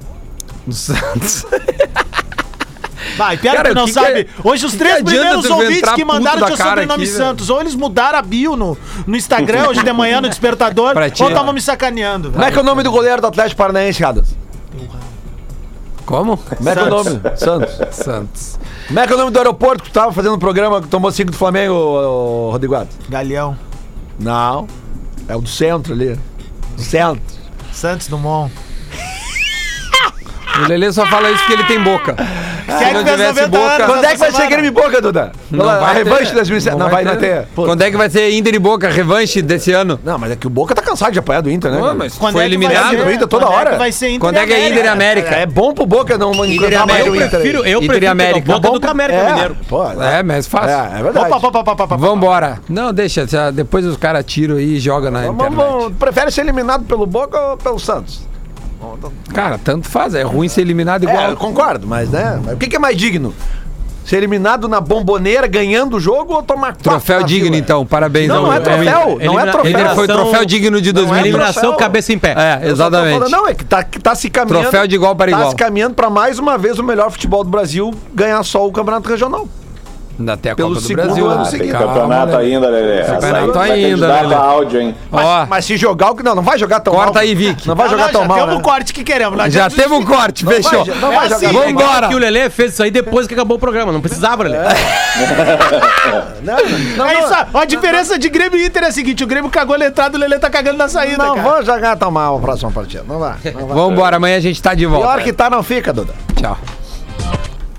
Vai, piada
Cara,
que não
que que
sabe.
é-
Hoje os
que
três
que adianta
primeiros
tu
ouvintes
entrar
que
puto
mandaram
da
tinha o
cara
sobrenome
aqui, né?
Santos. Ou eles mudaram a bio no, no Instagram hoje de manhã, no despertador,
Pra ti,
ou
ó.
estavam me sacaneando.
Como é que é o nome do goleiro do Atlético Paranaense, Radas?
Como?
Como é que é o nome? Santos.
Santos.
Como é que é o nome do aeroporto que tu tava fazendo um programa que tomou cinco do Flamengo, ô, ô, Rodrigo? Adams?
Galeão.
Não. É o do centro ali. Do centro.
Santos Dumont.
O Lelê só fala isso porque ele tem boca.
Quem é que
Ah, não
fez
tivesse
90
boca-
anos?
Quando é que vai
essa
ser
semana?
Grêmio e Boca, Duda? a revanche de 2007. Não, vai, não ter. Pô.
Quando é que vai ser Inter e Boca, revanche desse ano?
Não, mas é que o Boca tá cansado de apanhar do Inter, né?
Pô,
cara?
mas
Quando
foi
é que vai
eliminado.
ser?
Inter toda
Quando É
hora.
que vai ser Inter
Quando é que é Inter e América?
É bom pro Boca não encantar mais o
América.
Inter.
Prefiro,
Inter
eu
e
prefiro
América.
a boca do que a América
é,
Mineiro.
Pô,
É,
é,
mas
é,
fácil.
é verdade.
Opa, opa, opa, opa, opa.
Vambora. Não, deixa. já- Depois os caras tiram aí e jogam na
Então Vamos-
internet.
vamos- prefere ser eliminado pelo Boca ou pelo Santos?
Cara, tanto faz. É ruim ser eliminado
É,
igual.
eu concordo, mas né? mas o que, que é mais digno? Ser eliminado na bomboneira, ganhando o jogo ou tomar quatro
Troféu
na
digno,
fila?
então. Parabéns
Não,
ao-
não é
ao
troféu. Não é troféu.
Elimina-
Inter foi o
Eliminação-
troféu digno de
Não é
Eliminação,
2020.
troféu.
cabeça em pé.
É,
Eu só tô
exatamente.
falando, não, é que tá, que tá se caminhando.
Troféu de igual para
Tá
igual.
se caminhando pra mais uma vez o melhor futebol do Brasil ganhar só o campeonato regional.
Até a
Pelo
Copa do
segundo
Brasil.
ano
Ah,
seguinte.
Tem
calma,
campeonato
né?
ainda, Lelê. Essa aí
Campeonato
tá
ainda,
candidata
Lelê.
a áudio, hein?
Ó,
Mas se jogar o que. Não, não vai jogar tão
Ah. Corta
mal.
aí, Vic.
Não vai jogar
não,
tão
já
mal.
temos um É
né?
o corte que queremos. não
já
adianta
teve um corte, fechou.
vai- não vai
assim,
jogar
Vamos
bem.
embora.
Que o Lelê fez isso aí depois que acabou o programa. Não precisava, Lelê.
Não, não, não,
É isso, ó, a diferença de Grêmio e Inter é a seguinte: o Grêmio cagou a entrada, o Lelê tá cagando na saída.
não
cara.
vão jogar tão mal a próxima partida. Não vai. Não vai.
Vamos embora. Amanhã a gente tá de volta.
Pior que tá, não fica, Duda.
Tchau.